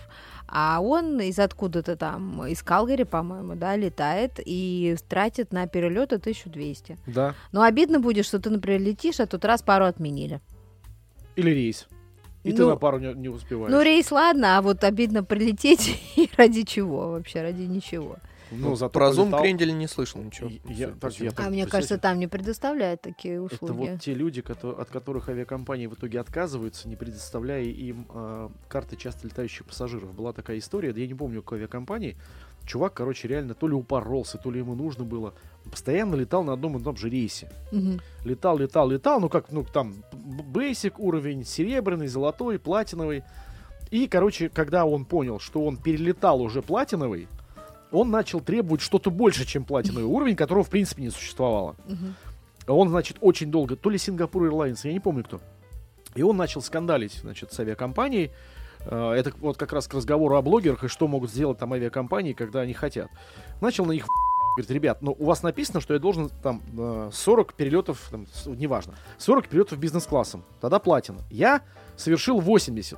S2: А он из откуда-то там, из Калгари, по-моему, да, летает и тратит на перелеты 1200.
S3: Да.
S2: Но Ну, обидно будет, что ты, например, летишь, а тут раз пару отменили.
S3: Или рейс. И ты
S2: Ну,
S3: на пару не, не успеваешь.
S2: Ну, рейс, ладно, а вот обидно прилететь и ради чего вообще, ради ничего.
S3: Ну, зато
S1: Про зум
S3: полетал.
S1: крендель не слышал ничего.
S3: И-
S1: Всё,
S3: я- так,
S1: спасибо.
S3: я
S2: А
S3: так-
S2: мне
S3: то есть
S2: кажется,
S3: это-
S2: там не предоставляют такие
S3: Это
S2: услуги.
S3: вот те люди, кото- от которых авиакомпании в итоге отказываются, не предоставляя им э, карты часто летающих пассажиров. Была такая история, да я не помню, какой авиакомпании. Чувак, короче, реально то ли упоролся, то ли ему нужно было. Он Постоянно летал на одном и том же рейсе.
S2: Мгм.
S3: Летал, летал, летал, ну как, ну там, бейсик уровень, серебряный, золотой, платиновый. И, короче, когда он понял, что он перелетал уже платиновый, он начал требовать что-то больше, чем платиновый уровень, которого в принципе не существовало.
S2: Мгм.
S3: А Он, значит, очень долго, то ли Сингапур Airlines, я не помню кто. И он начал скандалить, значит, с авиакомпанией. Э, Это вот как раз к разговору о блогерах и что могут сделать там авиакомпании, когда они хотят. Начал на них говорит, ребят, ну у вас написано, что я должен там э, 40 перелетов, там, с- неважно, 40 перелетов бизнес-классом, тогда платина. Я совершил 80.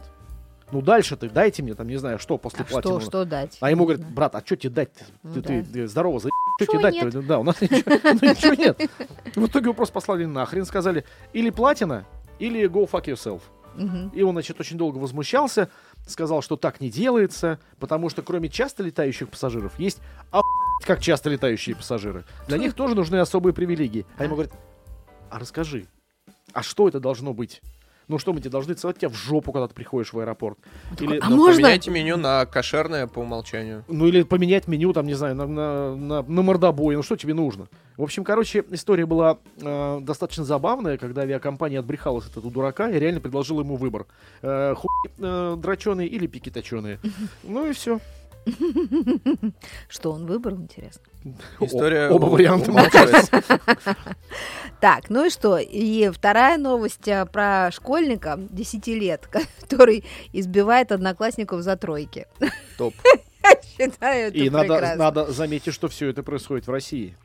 S3: Ну дальше ты дайте мне там, не знаю, что после
S2: А что,
S3: платинового.
S2: что дать?
S3: А ему
S2: Не
S3: говорят,
S2: знаю.
S3: брат, а что тебе дать?
S2: Ну
S3: Ты,
S2: да.
S3: ты, ты здорово, за что
S2: Чего
S3: тебе дать?
S2: нет?
S3: Да, у нас ничего ну, ничего нет. В итоге его просто послали нахрен, сказали, или платина, или go fuck yourself.
S2: Мгм.
S3: И он, значит, очень долго возмущался, сказал, что так не делается, потому что кроме часто летающих пассажиров есть охуеть как часто летающие пассажиры. Для них тоже нужны особые привилегии. А ему говорят, а расскажи, а что это должно быть? Ну что, мы тебе должны целовать тебя в жопу, когда ты приходишь в аэропорт. Или,
S2: А
S1: Но
S2: можно?
S1: Поменяйте меню на кошерное по умолчанию.
S3: ну или поменять меню, там, не знаю, на, на, на- на мордобой. Ну что тебе нужно? В общем, короче, история была э, достаточно забавная, когда авиакомпания отбрехалась от этого дурака и реально предложила ему выбор. Э, хуй э, дроченые или пики точеные. Ну и все.
S2: Что он выбрал, интересно.
S1: История
S3: оба
S1: у-
S3: варианта
S1: умалчивается.
S2: Так, ну и что? И вторая новость а, про школьника 10 лет, который избивает одноклассников за тройки.
S1: Топ.
S2: Я считаю, это
S3: И надо,
S2: прекрасно.
S3: надо заметить, что все это происходит в России.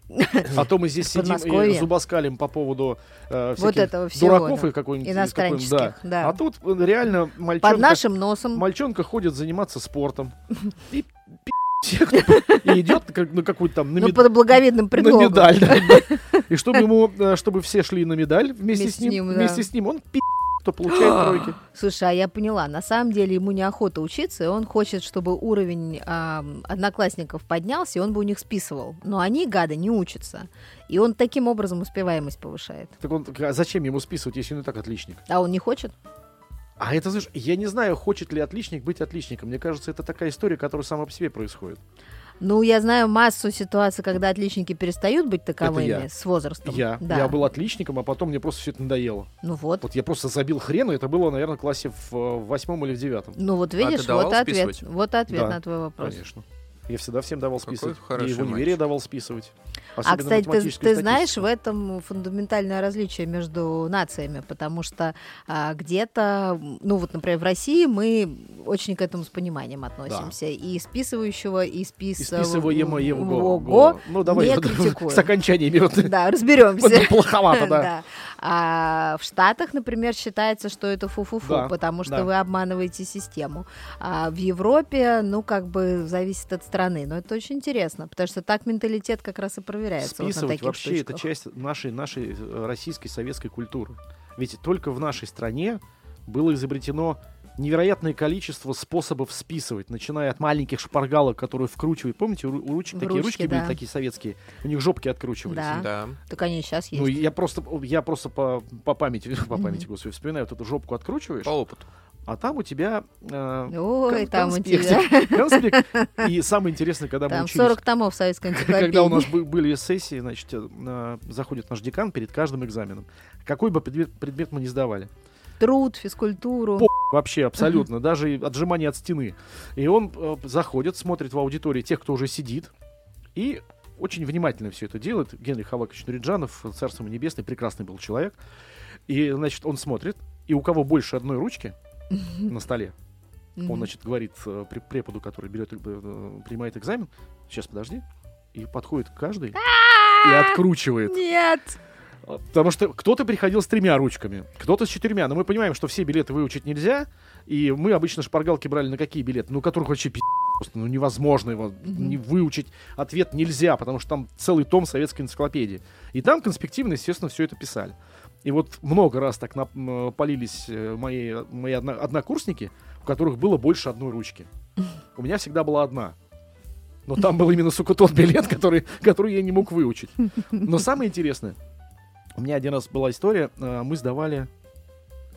S3: А то мы здесь
S2: В
S3: сидим и
S2: Подмосковье.
S3: зубоскалим по поводу э,
S2: Вот
S3: всяких
S2: этого всего,
S3: дураков
S2: да.
S3: и какой-нибудь... из какой-нибудь-
S2: Иностранческих, да.
S3: А тут э, реально мальчонка...
S2: Под нашим носом.
S3: Мальчонка ходит заниматься спортом. И пи***ть всех, кто- и идет как- на какую-то там на
S2: Ну,
S3: мед-
S2: под благовидным
S3: на
S2: предлогом.
S3: медаль. да. И чтобы ему, э, чтобы все шли на медаль вместе с ним,
S2: да.
S3: вместе с ним, он пи***, кто получает тройки.
S2: Слушай, а я поняла, на самом деле ему неохота учиться, и он хочет, чтобы уровень а, одноклассников поднялся, и он бы у них списывал. Но они, гады, не учатся. И он таким образом успеваемость повышает.
S3: Так он, а зачем ему списывать, если он и так отличник?
S2: А он не хочет?
S3: А это, знаешь, я не знаю, хочет ли отличник быть отличником. Мне кажется, это такая история, которая сама по себе происходит.
S2: Ну, я знаю массу ситуаций, когда отличники перестают быть таковыми
S3: я.
S2: с возрастом.
S3: Я,
S2: Да.
S3: я был отличником, а потом мне просто все это надоело.
S2: Ну вот.
S3: Вот я просто забил хрен, и это было, наверное, в классе в э, восьмом или в девятом.
S2: Ну вот
S1: ты
S2: видишь,
S1: давала
S2: вот ответ.
S1: списывать?
S2: Вот ответ
S3: Да,
S2: на твой вопрос.
S3: Конечно. Я всегда всем давал
S1: Какой
S3: списывать.
S1: хороший
S3: и в универе
S1: мальчик.
S3: давал списывать.
S2: А,
S3: Особенно
S2: кстати, ты,
S3: математическую
S2: ты знаешь,
S3: статистику.
S2: в этом фундаментальное различие между нациями, потому что а, где-то, ну вот, например, в России мы очень к этому с пониманием относимся. И списывающего, и
S3: И
S2: списываемого.
S3: списываемое в го- го.
S2: Ого.
S3: Ну, давай
S2: не
S3: вот
S2: критикуем.
S3: с окончаниями. вот.
S2: Да, разберемся.
S3: Плоховато, да.
S2: А в Штатах, например, считается, что это фу-фу-фу,
S3: Да,
S2: потому что
S3: да.
S2: вы обманываете систему. А в Европе, ну, как бы зависит от страны. Но это очень интересно, потому что так менталитет как раз и проверяется. вот на
S3: Списывать
S2: таких
S3: вообще это
S2: штучках.
S3: часть нашей, нашей э, российской советской культуры. Ведь только в нашей стране было изобретено невероятное количество способов списывать, начиная от маленьких шпаргалок, которые вкручивают. Помните, у, у ручек
S2: В
S3: такие
S2: ручки,
S3: ручки
S2: да.
S3: были такие советские, у них жопки откручивались.
S2: Да.
S1: Да.
S2: Так они сейчас есть.
S3: Ну, я просто, я просто по, по памяти, по памяти, господи, вспоминаю, вот эту жопку откручиваешь,
S1: По опыту.
S3: а там у тебя э,
S2: Ой,
S3: кон-
S2: там у тебя.
S3: конспектик, конспект. И самое интересное, когда мы
S2: Там
S3: учились,
S2: 40 томов советской энциклопедии.
S3: когда у нас бы- были сессии, значит, э, э, заходит наш декан перед каждым экзаменом. Какой бы предмет, предмет мы не сдавали.
S2: Труд, физкультуру.
S3: По- Вообще, абсолютно. Даже и отжимание от стены. И он э, заходит, смотрит в аудитории тех, кто уже сидит. И очень внимательно все это делает. Генрий Хавакович Нуриджанов, царство ему небесное, прекрасный был человек. И, значит, он смотрит. И у кого больше одной ручки на столе, он,
S2: Мгм.
S3: значит, говорит э, пре- преподу, который берет, э, э, принимает экзамен, сейчас подожди, и подходит каждый и откручивает.
S2: Нет!
S3: А, Потому что кто-то приходил с тремя ручками, кто-то с четырьмя. Но мы понимаем, что все билеты выучить нельзя, и мы обычно шпаргалки брали на какие билеты? Ну, которых вообще пи***, просто ну, невозможно его не выучить. Ответ нельзя, потому что там целый том советской энциклопедии. И там конспективно, естественно, все это писали. И вот много раз так нап- м, полились э, мои, мои одна- однокурсники, у которых было больше одной ручки. У меня всегда была одна. Но там был именно, сука, тот билет, который, который я не мог выучить. Но самое интересное, у меня один раз была история, э, мы сдавали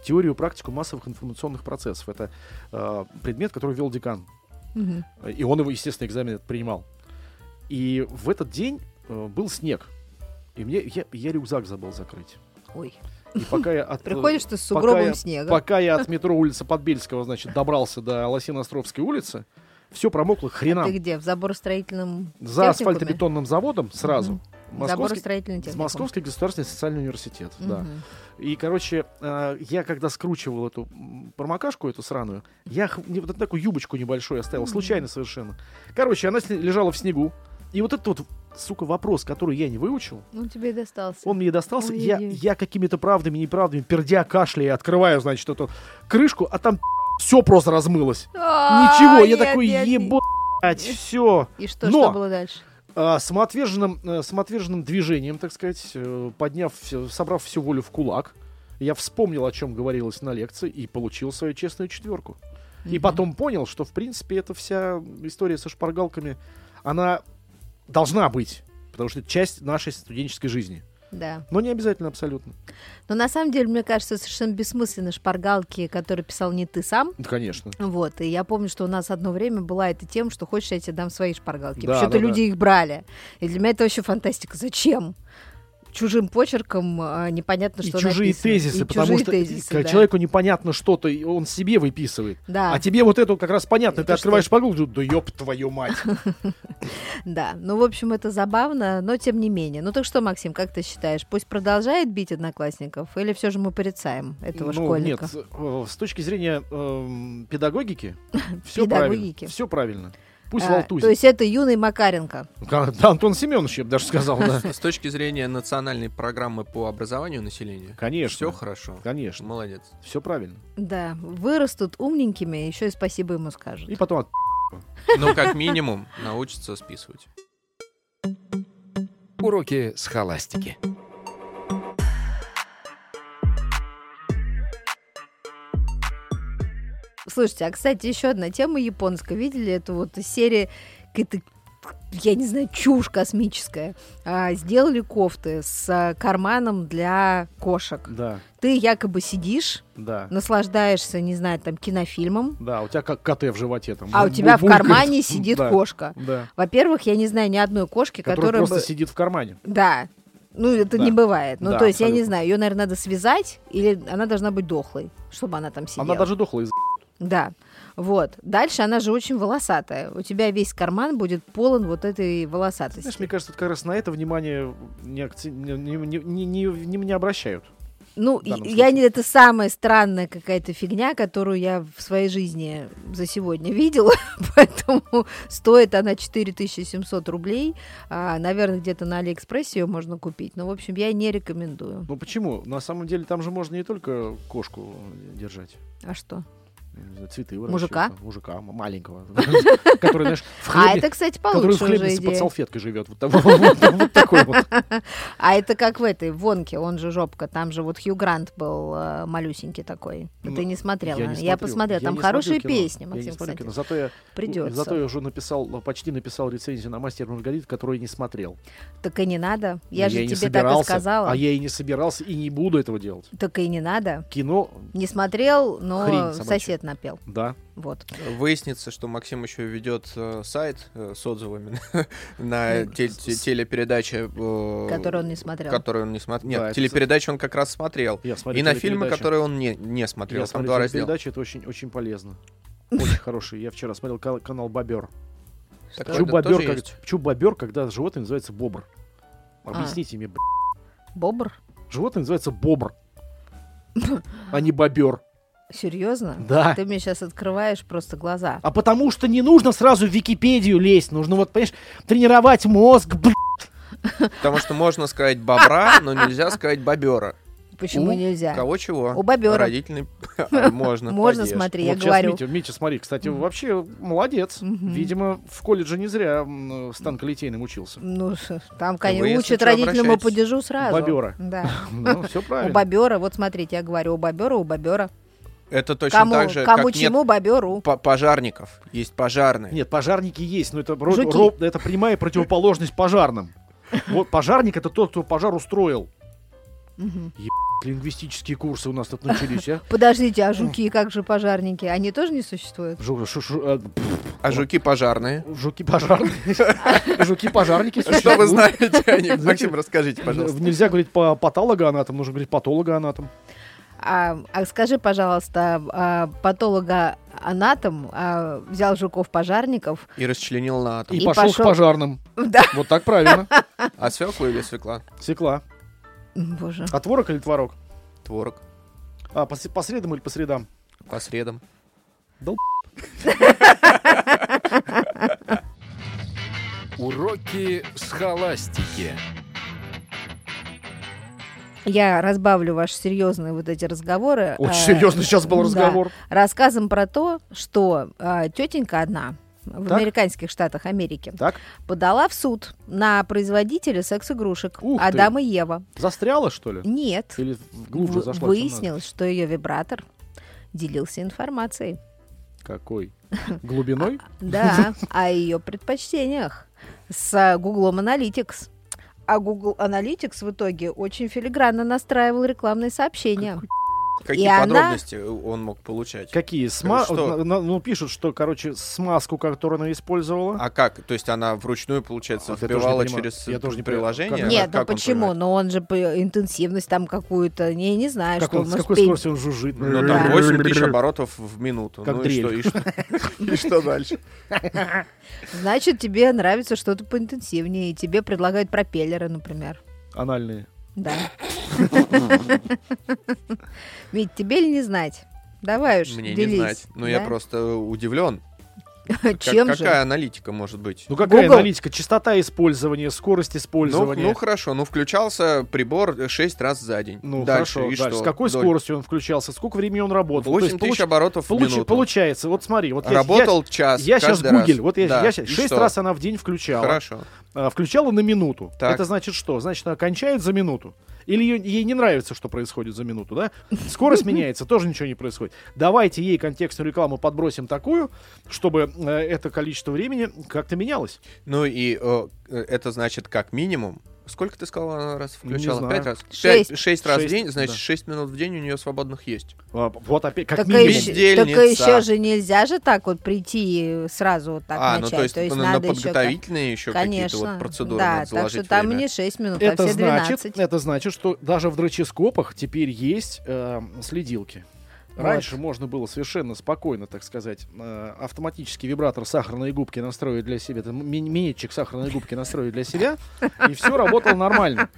S3: теорию и практику массовых информационных процессов. Это э, предмет, который вел декан.
S2: Мгм.
S3: И он его, естественно, экзамен этот принимал. И в этот день э, был снег. И мне, я, я рюкзак забыл закрыть.
S2: Ой.
S3: И пока я от, э,
S2: Приходишь ты с
S3: пока я-
S2: сугробом снега.
S3: Пока я от метро улица Подбельского, значит, добрался до Лосино-Островской улицы, все промокло к хренам.
S2: А Ты где? В заборостроительном
S3: За
S2: техникуме?
S3: асфальтобетонным заводом сразу. Московский,
S2: Заборостроительный техникум.
S3: Московский государственный социальный университет, да.
S2: Мгм.
S3: И, короче, э, я когда скручивал эту м, промокашку, эту сраную, я х- мне вот эту такую юбочку небольшую оставил, случайно совершенно. Короче, она сне- лежала в снегу. И вот этот вот, сука, вопрос, который я не выучил,
S2: Ну, тебе и достался.
S3: он мне достался. и Я,
S2: Ой-ой-ой.
S3: я какими-то правдами, неправдами, пердя, кашляя, открываю, значит, эту крышку, а там все просто размылось.
S2: А,
S3: Ничего, я такой, ебать, все.
S2: И что,
S3: Но!
S2: что было дальше?
S3: А, самоотверженным, э, самоотверженным движением, так сказать, э, подняв, всё- собрав всю волю в кулак, я вспомнил, о чем говорилось на лекции, и получил свою честную четверку. И
S2: Мгм.
S3: потом понял, что, в принципе, эта вся история со шпаргалками, она должна быть, потому что это часть нашей студенческой жизни.
S2: да.
S3: Но не обязательно абсолютно.
S2: Но на самом деле, мне кажется, совершенно бессмысленно шпаргалки, которые писал не ты сам.
S3: Да, конечно.
S2: Вот, и я помню, что у нас одно время была эта тема, что хочешь, я тебе дам свои шпаргалки.
S3: Да,
S2: Почему-то
S3: да,
S2: люди
S3: да.
S2: их брали. И для меня это вообще фантастика. Зачем? Чужим почерком а, непонятно,
S3: И
S2: что
S3: чужие
S2: написано.
S3: тезисы,
S2: И
S3: потому
S2: чужие
S3: что
S2: тезисы,
S3: когда
S2: да.
S3: человеку непонятно что-то, и он себе выписывает.
S2: Да.
S3: А тебе вот это вот как раз понятно.
S2: Это
S3: ты
S2: что?
S3: открываешь шпаргалку, да ёб твою мать.
S2: Да, ну, в общем, это забавно, но тем не менее. Ну, так что, Максим, как ты считаешь, пусть продолжает бить одноклассников, или все же мы порицаем этого
S3: Ну,
S2: школьника?
S3: Нет, э, с точки зрения эм, педагогики, все
S2: Педагогики.
S3: правильно. Все правильно. Пусть
S2: А,
S3: лалтузит.
S2: то есть это юный Макаренко.
S3: Ка- Да, Антон Семенович, я бы даже сказал, да.
S1: С точки зрения национальной программы по образованию населения,
S3: Конечно.
S1: все хорошо.
S3: Конечно.
S1: Молодец.
S3: Все правильно.
S2: Да, вырастут умненькими, еще и спасибо ему скажут.
S3: И потом от-
S1: Ну, как минимум, научится списывать.
S4: Уроки схоластики.
S2: Слушайте, а кстати, еще одна тема японская. Видели это вот из серии какая-то, я не знаю, чушь космическая. А, сделали кофты с а, карманом для кошек.
S3: Да,
S2: Ты якобы сидишь,
S3: да.
S2: наслаждаешься, не знаю, там кинофильмом,
S3: Да, у тебя как коте в животе там.
S2: а у
S3: бу-
S2: тебя в
S3: булькает.
S2: кармане сидит
S3: Да,
S2: кошка.
S3: Да.
S2: Во-первых, я не знаю ни одной кошки,
S3: Который
S2: которая
S3: просто
S2: бы...
S3: сидит в кармане.
S2: Да. Ну, это
S3: Да.
S2: не бывает. Ну,
S3: Да,
S2: то есть, я не
S3: абсолютно.
S2: знаю, ее, наверное, надо связать, или она должна быть дохлой, чтобы она там сидела.
S3: Она даже дохла из...
S2: Да. Вот. Дальше она же очень волосатая. У тебя весь карман будет полон вот этой волосатости.
S3: Знаешь, мне кажется, вот как раз на это внимание не, акци- не, не- не- не- не- не обращают.
S2: ну,
S3: в данном
S2: и- я
S3: случае.
S2: не это самая странная какая-то фигня, которую я в своей жизни за сегодня видела. Поэтому стоит она 4700 рублей. А, наверное, где-то на Алиэкспрессе ее можно купить. Но, в общем, я не рекомендую.
S3: Ну почему? На самом деле там же можно не только кошку держать.
S2: А что?
S3: не знаю, цветы выращивать.
S2: Мужика?
S3: там, Мужика м- маленького. Который, знаешь, в
S2: А
S3: хлебе...
S2: это, кстати,
S3: Который в
S2: получше
S3: хлебе
S2: уже
S3: с- под
S2: идея.
S3: салфеткой живет. Вот там- вот там вот такой вот.
S2: А это как в этой вонке, он же жопка, там же вот Хью Грант был э, малюсенький такой.
S3: Ну,
S2: Ты не смотрела.
S3: не
S2: Я
S3: смотрю.
S2: посмотрела,
S3: Я
S2: там
S3: не
S2: хорошие
S3: смотрю кино.
S2: песни,
S3: Я не
S2: Максим,
S3: смотрю
S2: кстати.
S3: кино. Зато я
S2: Придется.
S3: Зато я уже написал, почти написал рецензию на «Мастер и Маргарит», которую не смотрел.
S2: Так и не надо. Я
S3: Но
S2: же
S3: Ну, и не
S2: тебе так и
S3: собирался.
S2: сказала.
S3: А я и не собирался, и не буду этого делать.
S2: Так и не надо.
S3: Кино,
S2: Не смотрел, но
S3: Хрень собачья.
S2: сосед напел.
S3: да.
S2: Вот.
S1: Выяснится, что Максим еще ведет э, сайт э, с отзывами
S3: Э,
S1: на те- те- телепередачи, э,
S2: Который он не смотрел.
S1: которые он не смотрел.
S3: Да,
S1: Нет,
S3: это-
S1: телепередачи он как раз смотрел.
S3: Я смотрю
S1: И на фильмы,
S3: телепередачи.
S1: которые он не, не смотрел.
S3: Я
S1: Там
S3: смотрю
S1: два раздела.
S3: передачи, это очень, очень полезно. Очень хороший. Я вчера смотрел кан- канал «Бобер».
S1: Так это
S3: Чубобер,
S1: тоже
S3: как-
S1: есть?
S3: Чубобер, когда животное называется бобр.
S2: А.
S3: Объясните мне, б***ь.
S2: Бобр?
S3: Животное называется бобр, а не бобер.
S2: Серьезно?
S3: Да.
S2: Ты мне сейчас открываешь просто глаза.
S3: А потому что не нужно сразу в Википедию лезть. Нужно вот, понимаешь, тренировать мозг, блин.
S1: Потому что можно сказать бобра, но нельзя сказать бобера.
S2: Почему
S3: У
S2: нельзя?
S1: А Кого чего?
S2: У бобера.
S1: Родительный а, можно.
S2: Можно
S1: поешь.
S2: смотреть, я
S3: Вот щас
S2: говорю.
S3: Митя, Митя, смотри, кстати, вообще молодец.
S2: Мгм.
S3: Видимо, в колледже не зря м, Станка Литейным учился.
S2: Ну, там, конечно,
S1: Вы, если
S2: учат
S1: чё,
S2: родительному
S1: обращайтесь.
S2: падежу сразу.
S3: Бобёра.
S2: Да.
S3: Ну, все
S2: У
S3: правильно.
S2: бобера, вот смотрите, я говорю, у бобера, у бобера.
S1: Это точно
S2: Кому,
S1: так же,
S2: кому
S1: как
S2: чему, боберу.
S1: нет по- пожарников. Есть пожарные.
S3: Нет, пожарники есть, но это, ро-
S2: Жуки.
S3: ро- это прямая противоположность пожарным. Вот пожарник это тот, кто пожар устроил.
S2: Мгм.
S3: Лингвистические курсы у нас тут начались, а?
S2: Подождите, а жуки, как же пожарники? Они тоже не существуют?
S3: Жу- шу- шу- э, пф,
S1: А жуки пожарные.
S3: Жуки пожарники. Жуки пожарники. Э,
S1: Что вы знаете о них? Максим, расскажите, пожалуйста.
S3: Нельзя говорить по патологоанатом, нужно говорить патологоанатом.
S2: А, а скажи, пожалуйста, а, патолога-анатом а, взял жуков-пожарников.
S1: И расчленил на атом.
S3: И
S2: И
S3: пошел к
S2: пошёл-
S3: пожарным.
S2: Да.
S3: Вот так правильно.
S1: А свекла или свекла?
S3: Секла.
S2: Боже.
S3: А творог или творог?
S1: Творог.
S3: А, по, с- по средам или по средам?
S1: По средам.
S4: Уроки схоластики.
S2: Я разбавлю ваши серьезные вот эти разговоры. э,
S3: Очень серьезно сейчас был
S2: да.
S3: разговор.
S2: Рассказом про то, что а, тетенька одна в
S3: Так.
S2: американских штатах Америки
S3: Так,
S2: подала в суд на производителя секс-игрушек
S3: Ух ты.
S2: Адам и Ева.
S3: застряла, что ли?
S2: Нет.
S3: Или в- глубже
S2: Вы-
S3: зашла? чем надо?
S2: выяснилось, что ее вибратор делился информацией.
S3: Какой? Глубиной?
S2: Да, о ее предпочтениях с а, Гуглом Аналитикс. а Google Analytics в итоге очень филигранно настраивал рекламные сообщения.
S1: Какие
S2: И она-
S1: подробности он мог получать?
S3: Какие? Сма...
S1: Э, Что?
S3: на- на- Ну, пишут, что, короче, смазку, которую она использовала.
S1: А как? То есть она вручную, получается,
S3: Вот я тоже не
S1: вбивала
S3: понимаю.
S1: через
S3: Я тоже не понимаю,
S1: приложение?
S3: как-
S2: Нет, ну
S1: Как он
S2: почему?
S1: понимает?
S2: Но он же по- интенсивность там какую-то, не, не знаю,
S3: Как
S2: А что
S3: он,
S2: он
S3: с какой
S2: успеет.
S3: скоростью он жужжит?
S1: Ну, там
S2: Да.
S1: 8 тысяч оборотов в минуту.
S3: Как
S1: ну и
S3: дрель.
S1: что, и что? И что дальше?
S2: Значит, тебе нравится что-то поинтенсивнее, и тебе предлагают пропеллеры, например.
S3: Анальные.
S2: Да. Ведь тебе ли не знать? Давай уж,
S1: Мне
S2: делись.
S1: не знать. Но я
S2: Да? Ну,
S1: просто удивлен. Как-
S2: Чем
S1: Какая
S2: же?
S1: аналитика может быть?
S3: Ну, какая
S2: Google?
S3: аналитика? Частота использования, скорость
S1: Ну,
S3: использования.
S1: ну хорошо, ну включался прибор 6 раз за день.
S3: Ну,
S1: дальше,
S3: хорошо.
S1: и
S3: дальше.
S1: что?
S3: С какой
S1: Доль-
S3: скоростью он включался? Сколько времени он работал? То
S1: 8
S3: есть
S1: тысяч
S3: получ-
S1: оборотов
S3: получ-
S1: в минуту.
S3: Получается, вот смотри, вот я-
S1: Работал час
S3: Я, сейчас
S1: каждый раз.
S3: Гугель, вот я,
S1: Да,
S3: я
S1: и
S3: сейчас 6
S1: что?
S3: раз она в день включала.
S1: Хорошо.
S3: А, включала на минуту.
S1: Так.
S3: Это значит что? Значит, она кончает за минуту. Или её- ей не нравится, что происходит за минуту, да? Скорость меняется, тоже ничего не происходит. Давайте ей контекстную рекламу подбросим такую, чтобы э, это количество времени как-то менялось.
S1: Ну и э, это значит как минимум. Сколько ты сказал, она раз
S3: Не
S1: включала?
S3: знаю.
S1: Пять раз? Пять-
S2: Шесть.
S1: шесть раз в
S3: Шесть,
S1: день, значит,
S3: да.
S1: шесть минут в день у нее свободных есть.
S3: А, вот опять, как
S2: Так,
S3: минимум.
S2: еще,
S1: Бездельница.
S2: так еще же нельзя же так вот прийти и сразу вот так
S1: а,
S2: начать.
S1: ну то есть, на- на
S2: надо еще как-
S1: подготовительные еще,
S2: Конечно.
S1: какие-то вот процедуры
S2: да,
S1: надо
S2: так
S1: заложить
S2: что там
S1: время.
S2: не 6 минут, а
S3: Это
S2: все 12.
S3: значит, это значит, что даже в дроческопах теперь есть э, следилки.
S2: Вот.
S3: Раньше можно было совершенно спокойно, так сказать, э, автоматический вибратор сахарной губки настроить для себя, это ми- минетчик сахарной губки настроить для себя, и все работало нормально.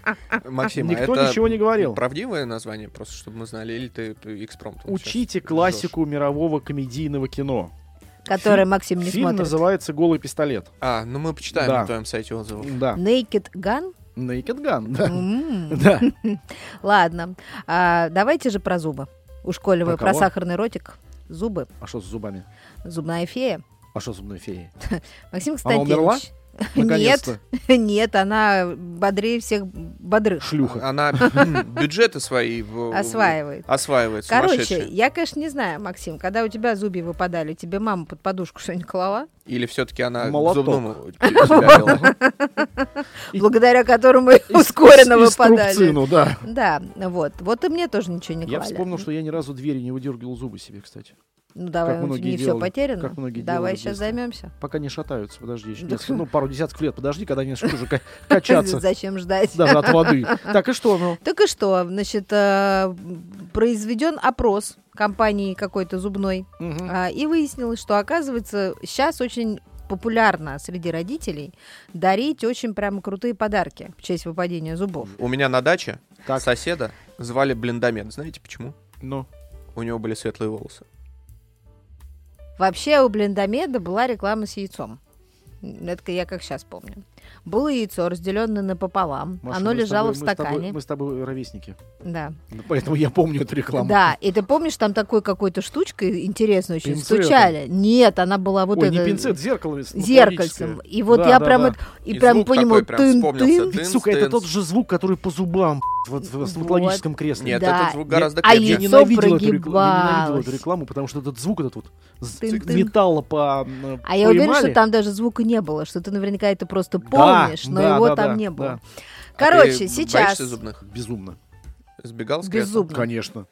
S1: Максим, а
S3: Никто
S1: это
S3: ничего не говорил.
S1: Правдивое название, просто чтобы мы знали, или ты экспромт.
S3: Учите классику мирового комедийного кино.
S2: Который
S3: Фильм-
S2: Максим не
S3: Фильм
S2: смотрит.
S3: называется «Голый пистолет».
S1: А, ну мы почитаем
S3: Да.
S1: на твоем сайте отзывов.
S3: Да.
S2: Naked Gun?
S3: Naked Gun, да.
S2: М.
S3: Да.
S2: Ладно. А, давайте же про зубы. У школе вы
S3: Про
S2: про
S3: кого?
S2: сахарный ротик. Зубы.
S3: А что с зубами?
S2: Зубная фея.
S3: А что с зубной феей?
S2: Максим
S3: А Она
S2: Константинович.
S3: умерла? Наконец-то.
S2: Нет, она бодрее всех бодрых
S3: Шлюха.
S1: Она м, бюджеты свои в-
S2: осваивает.
S1: осваивает.
S2: Короче,
S1: сумасшедшие.
S2: я, конечно, не знаю, Максим, когда у тебя зубы выпадали, тебе мама под подушку что-нибудь клала,
S1: Или все-таки она к
S3: Молоток.
S1: зубному тебя вела?
S3: И-
S2: благодаря которому ускоренно
S3: Из- из
S2: выпадали.
S3: трубцину, да.
S2: Да, вот. Вот и мне тоже ничего не
S3: Я
S2: клали.
S3: вспомнил, что я ни разу двери не выдергивал зубы себе, кстати.
S2: Ну давай,
S3: как
S2: у-
S3: многие
S2: не все
S3: делали,
S2: потеряно.
S3: как многие
S2: давай
S3: делали в
S2: сейчас
S3: детстве.
S2: займемся.
S3: Пока не шатаются, подожди, еще
S2: Да.
S3: несколько- ну, пару десятков лет, подожди, когда они начнут уже ка- качаться
S2: Зачем ждать?
S3: даже от воды. Так и что, ну?
S2: Так и что, значит, э, произведен опрос компании какой-то зубной,
S3: Мгм.
S2: а, и выяснилось, что, оказывается, сейчас очень популярно среди родителей дарить очень прям крутые подарки в честь выпадения зубов.
S1: У меня на даче
S3: Так.
S1: соседа звали Блиндомет. Знаете почему?
S3: Ну,
S1: У него были светлые волосы.
S2: Вообще у Блендомеда была реклама с яйцом. Это я как сейчас помню. Было яйцо, разделенное напополам.
S3: Маша,
S2: Оно
S3: мы с
S2: лежало
S3: тобой-
S2: в
S3: мы с тобой-
S2: стакане.
S3: Мы с тобой ровесники, Ну,
S2: Да.
S3: поэтому я помню эту рекламу.
S2: Да, и ты помнишь, там такой какой-то штучкой интересной очень
S3: Пинцетом.
S2: стучали. Нет, она была вот
S3: Ой,
S2: эта
S3: не пинцет, зеркало.
S2: зеркальцем. И вот
S3: Да,
S2: я
S3: да,
S2: прям
S3: да.
S2: вот- и,
S1: И
S2: прям
S1: звук
S2: по
S1: такой
S2: нему
S1: прям вспомнился.
S2: тын-тын.
S1: Тынц,
S3: Сука, это
S1: тынц.
S3: тот же звук, который по зубам, вот в стоматологическом кресле.
S1: Нет,
S2: Да.
S1: этот звук гораздо
S2: А
S1: крепче.
S3: Я
S2: яйцо
S3: ненавидел эту, рекламу, я
S2: прогибалось.
S3: ненавидел эту рекламу, потому что этот звук, этот вот з-
S2: Тын-тын.
S3: металла по м,
S2: А я уверена,
S3: поймали.
S2: что там даже звука не было, что ты наверняка это просто
S3: Да,
S2: помнишь, но
S3: да,
S2: его
S3: да,
S2: там
S3: да,
S2: не
S3: да.
S2: было.
S1: А ты
S2: Короче, сейчас
S1: боишься зубных?
S3: Безумно.
S1: Сбегал с кресла?
S2: беззубно.
S3: Конечно.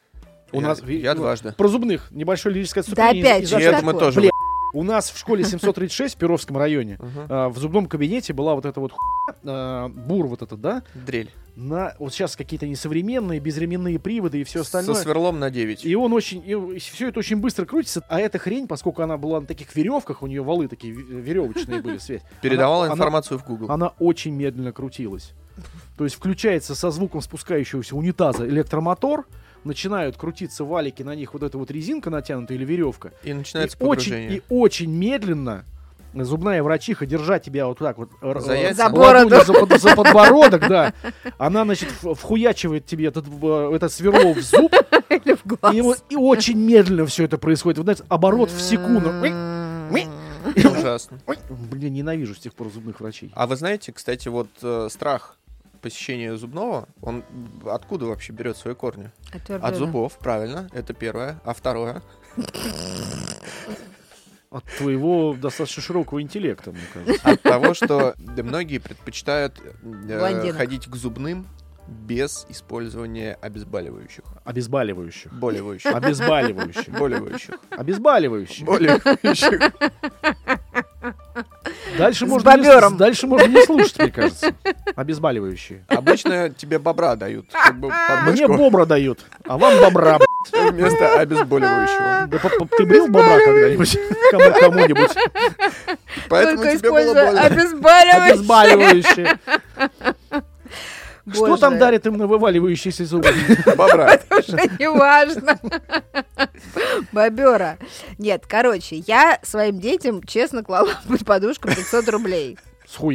S3: У
S1: Я-
S3: нас
S1: я дважды.
S3: Про зубных небольшое лирическое
S2: Да
S3: отступление.
S2: опять
S3: из-
S2: же,
S3: из-
S1: Нет,
S2: такое?
S1: мы тоже.
S3: Блин. У нас в школе 736 в Перовском районе
S1: Мгм.
S3: а, в зубном кабинете была вот эта вот хуйня, а, бур вот этот, да?
S1: Дрель.
S3: На вот сейчас какие-то несовременные безременные приводы и все
S1: Со
S3: остальное.
S1: сверлом на 9.
S3: И он очень, все это очень быстро крутится, а эта хрень, поскольку она была на таких веревках, у нее валы такие ве- веревочные были, свет.
S1: Передавала
S3: она-
S1: информацию в Google.
S3: она очень медленно крутилась. То есть включается со звуком спускающегося унитаза электромотор, начинают крутиться валики, на них вот эта вот резинка натянута или веревка.
S1: И начинается
S3: и, очень,
S1: погружение.
S3: и очень медленно зубная врачиха, держа тебя вот так вот р-
S1: За
S3: э,
S1: яйца? За
S2: бороду.
S3: ладонью за под- за подбородок, да, она, значит, в- вхуячивает тебе этот, э, этот сверло в зуб,
S2: Или в глаз.
S3: и, вот- и очень медленно все это происходит. Вот, знаете, оборот в секунду. Ой,
S1: Ужасно.
S3: ой. Блин, ненавижу с тех пор зубных врачей.
S1: А вы знаете, кстати, вот э, страх посещения зубного, он откуда вообще берет свои корни?
S2: А Отвёртый
S1: От
S2: рот.
S1: зубов, правильно, это первое. А второе?
S3: От твоего достаточно широкого интеллекта, мне кажется.
S1: От того, что да, многие предпочитают э,
S2: Блондинок.
S1: ходить к зубным без использования обезболивающих.
S3: Обезболивающих.
S1: Болевающих.
S3: Обезболивающих.
S1: Болевающих.
S3: Обезболивающих.
S1: Болевающих.
S3: Дальше
S2: С
S3: можно,
S2: бобёром.
S3: не, дальше можно не слушать, мне кажется. Обезболивающие.
S1: Обычно тебе бобра дают. Как бы под
S3: Мне
S1: мышку
S3: бобра дают, а вам бобра, б***ь.
S1: вместо обезболивающего.
S3: Да поп- поп- ты брил бобра когда-нибудь? Кому- Кому-нибудь?
S1: Поэтому
S2: Только
S1: тебе было
S2: используя
S1: больно.
S2: обезболивающее.
S3: Обезболивающие. Что
S2: Боже,
S3: там дарит им на вываливающиеся зубы?
S1: Бобра.
S2: Уже не важно. Бобера. Нет, короче, я своим детям честно клала под подушку 500 рублей.
S3: С хуй.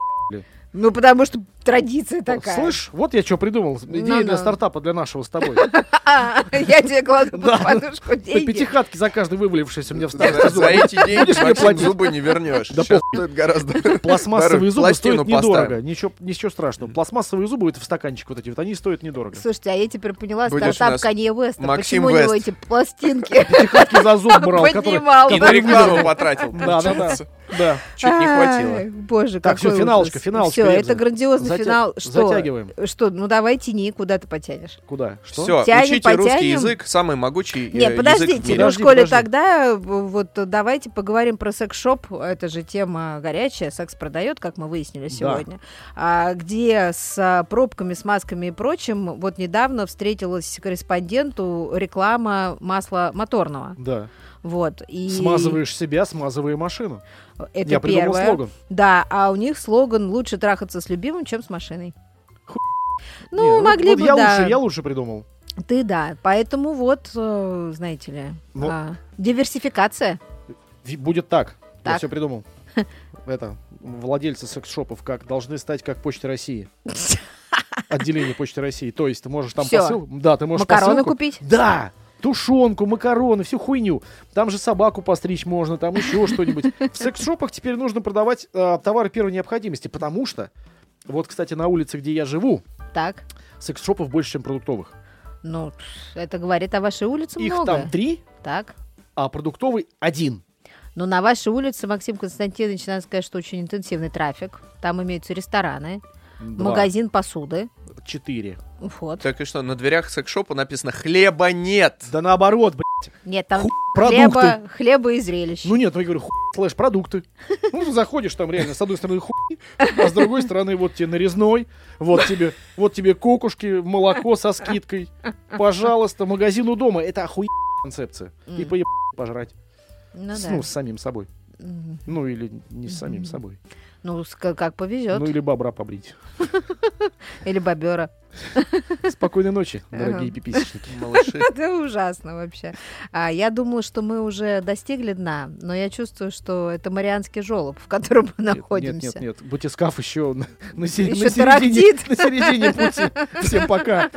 S2: Ну, потому что традиция такая. Ну,
S3: Слышь, вот я что придумал. Идея
S2: Ну-ну.
S3: для стартапа для нашего с тобой.
S2: А, я тебе кладу
S3: Да.
S2: под подушку
S3: По
S2: деньги.
S3: пятихатке за каждый вывалившийся у меня в
S1: За за
S3: старте зубы.
S1: эти деньги
S3: Будешь мне
S1: Максим,
S3: платить?
S1: зубы не вернешь.
S3: Да
S1: Сейчас стоит гораздо
S3: Пластмассовые
S1: дороже.
S3: зубы
S1: Пластину
S3: стоят
S1: поставим.
S3: недорого. Ничего, ничего страшного. Пластмассовые зубы это в стаканчик вот эти вот, они стоят недорого.
S2: Слушайте, а я теперь поняла
S1: Будешь у
S2: стартап
S1: нас
S2: Канье Веста.
S1: Максим
S2: Почему у него
S1: Вест.
S2: эти пластинки
S3: Пятихатки за зуб брал, который...
S2: поднимал?
S1: И на рекламу потратил.
S3: Да, да, да.
S1: получается.
S3: Да.
S1: Чуть не хватило.
S2: Ай, Боже,
S3: Так, всё, финалочка, финалочка,
S2: Все,
S3: Эльза.
S2: это грандиозный
S3: Затя-
S2: финал. Что?
S3: Затягиваем.
S2: Что? Ну давай тяни, куда ты потянешь.
S3: Куда? Что?
S1: Все,
S2: Тянем,
S1: учите русский
S2: потянем.
S1: язык, самый могучий э,
S2: Нет,
S1: язык в
S2: подождите,
S1: мире.
S2: ну в
S3: Подожди,
S2: школе
S3: подожди.
S2: тогда э, вот э, давайте поговорим про секс-шоп. Это же тема горячая, секс продает, как мы выяснили сегодня. А, где с а, пробками, с масками и прочим, вот недавно встретилась корреспонденту реклама масла моторного.
S3: Да.
S2: Вот. И
S3: Смазываешь себя, смазывая машину.
S2: Это
S3: Я придумал
S2: первое.
S3: слоган.
S2: Да, а у них слоган «Лучше трахаться с любимым, чем с машиной».
S3: Ху- Не,
S2: Ну,
S3: вот-
S2: могли
S3: вот
S2: бы,
S3: я
S2: да.
S3: лучше, я лучше придумал.
S2: Ты да. Поэтому вот, э, знаете ли,
S3: Ну.
S2: а, диверсификация.
S3: Ви- Будет так. Я
S2: Так.
S3: все придумал. Это, владельцы секс-шопов как должны стать как Почта России. Отделение Почты России. То есть ты можешь там
S2: Всё.
S3: посыл... Да, ты можешь
S2: Макароны
S3: посылку-
S2: купить?
S3: Да! Тушенку, макароны, всю хуйню. Там же собаку постричь можно, там еще что-нибудь. В секс-шопах теперь нужно продавать э, товары первой необходимости, потому что... Вот, кстати, на улице, где я живу,
S2: Так.
S3: секс-шопов больше, чем продуктовых.
S2: Ну, пф, это говорит о вашей улице
S3: Их
S2: много.
S3: там три,
S2: Так.
S3: а продуктовый один.
S2: Но на вашей улице, Максим Константинович, надо сказать, что очень интенсивный трафик. Там имеются рестораны,
S3: Два.
S2: магазин посуды.
S3: Четыре.
S2: Вот.
S1: Так и что, на дверях секс-шопа написано «Хлеба нет».
S3: Да наоборот, блядь.
S2: Нет, там
S3: Ху-
S2: хлеба, хлеба и зрелищ.
S3: Ну нет, ну я говорю, хуй, слэш, продукты. Ну, ты заходишь там реально, с одной стороны, хуй, а с другой стороны, вот тебе нарезной, вот тебе, вот тебе кокушки, молоко со скидкой. Пожалуйста, магазин у дома. Это охуенная концепция. И
S2: М.
S3: поебать пожрать.
S2: Ну,
S3: С-
S2: да.
S3: Ну, с самим собой.
S2: М.
S3: Ну, или не с самим собой.
S2: Ну, с- как как повезет.
S3: Ну, или бобра побрить.
S2: Или бобера.
S3: Спокойной ночи,
S2: Ага.
S3: дорогие пиписечники.
S1: Малыши.
S2: Это ужасно вообще. А, я думала, что мы уже достигли дна, но я чувствую, что это Марианский жолоб, в котором мы
S3: Нет,
S2: находимся.
S3: Нет, нет, нет. Батискаф еще на, на се-
S2: Ещё
S3: на середине,
S2: тарахтит.
S3: на середине пути. Всем пока.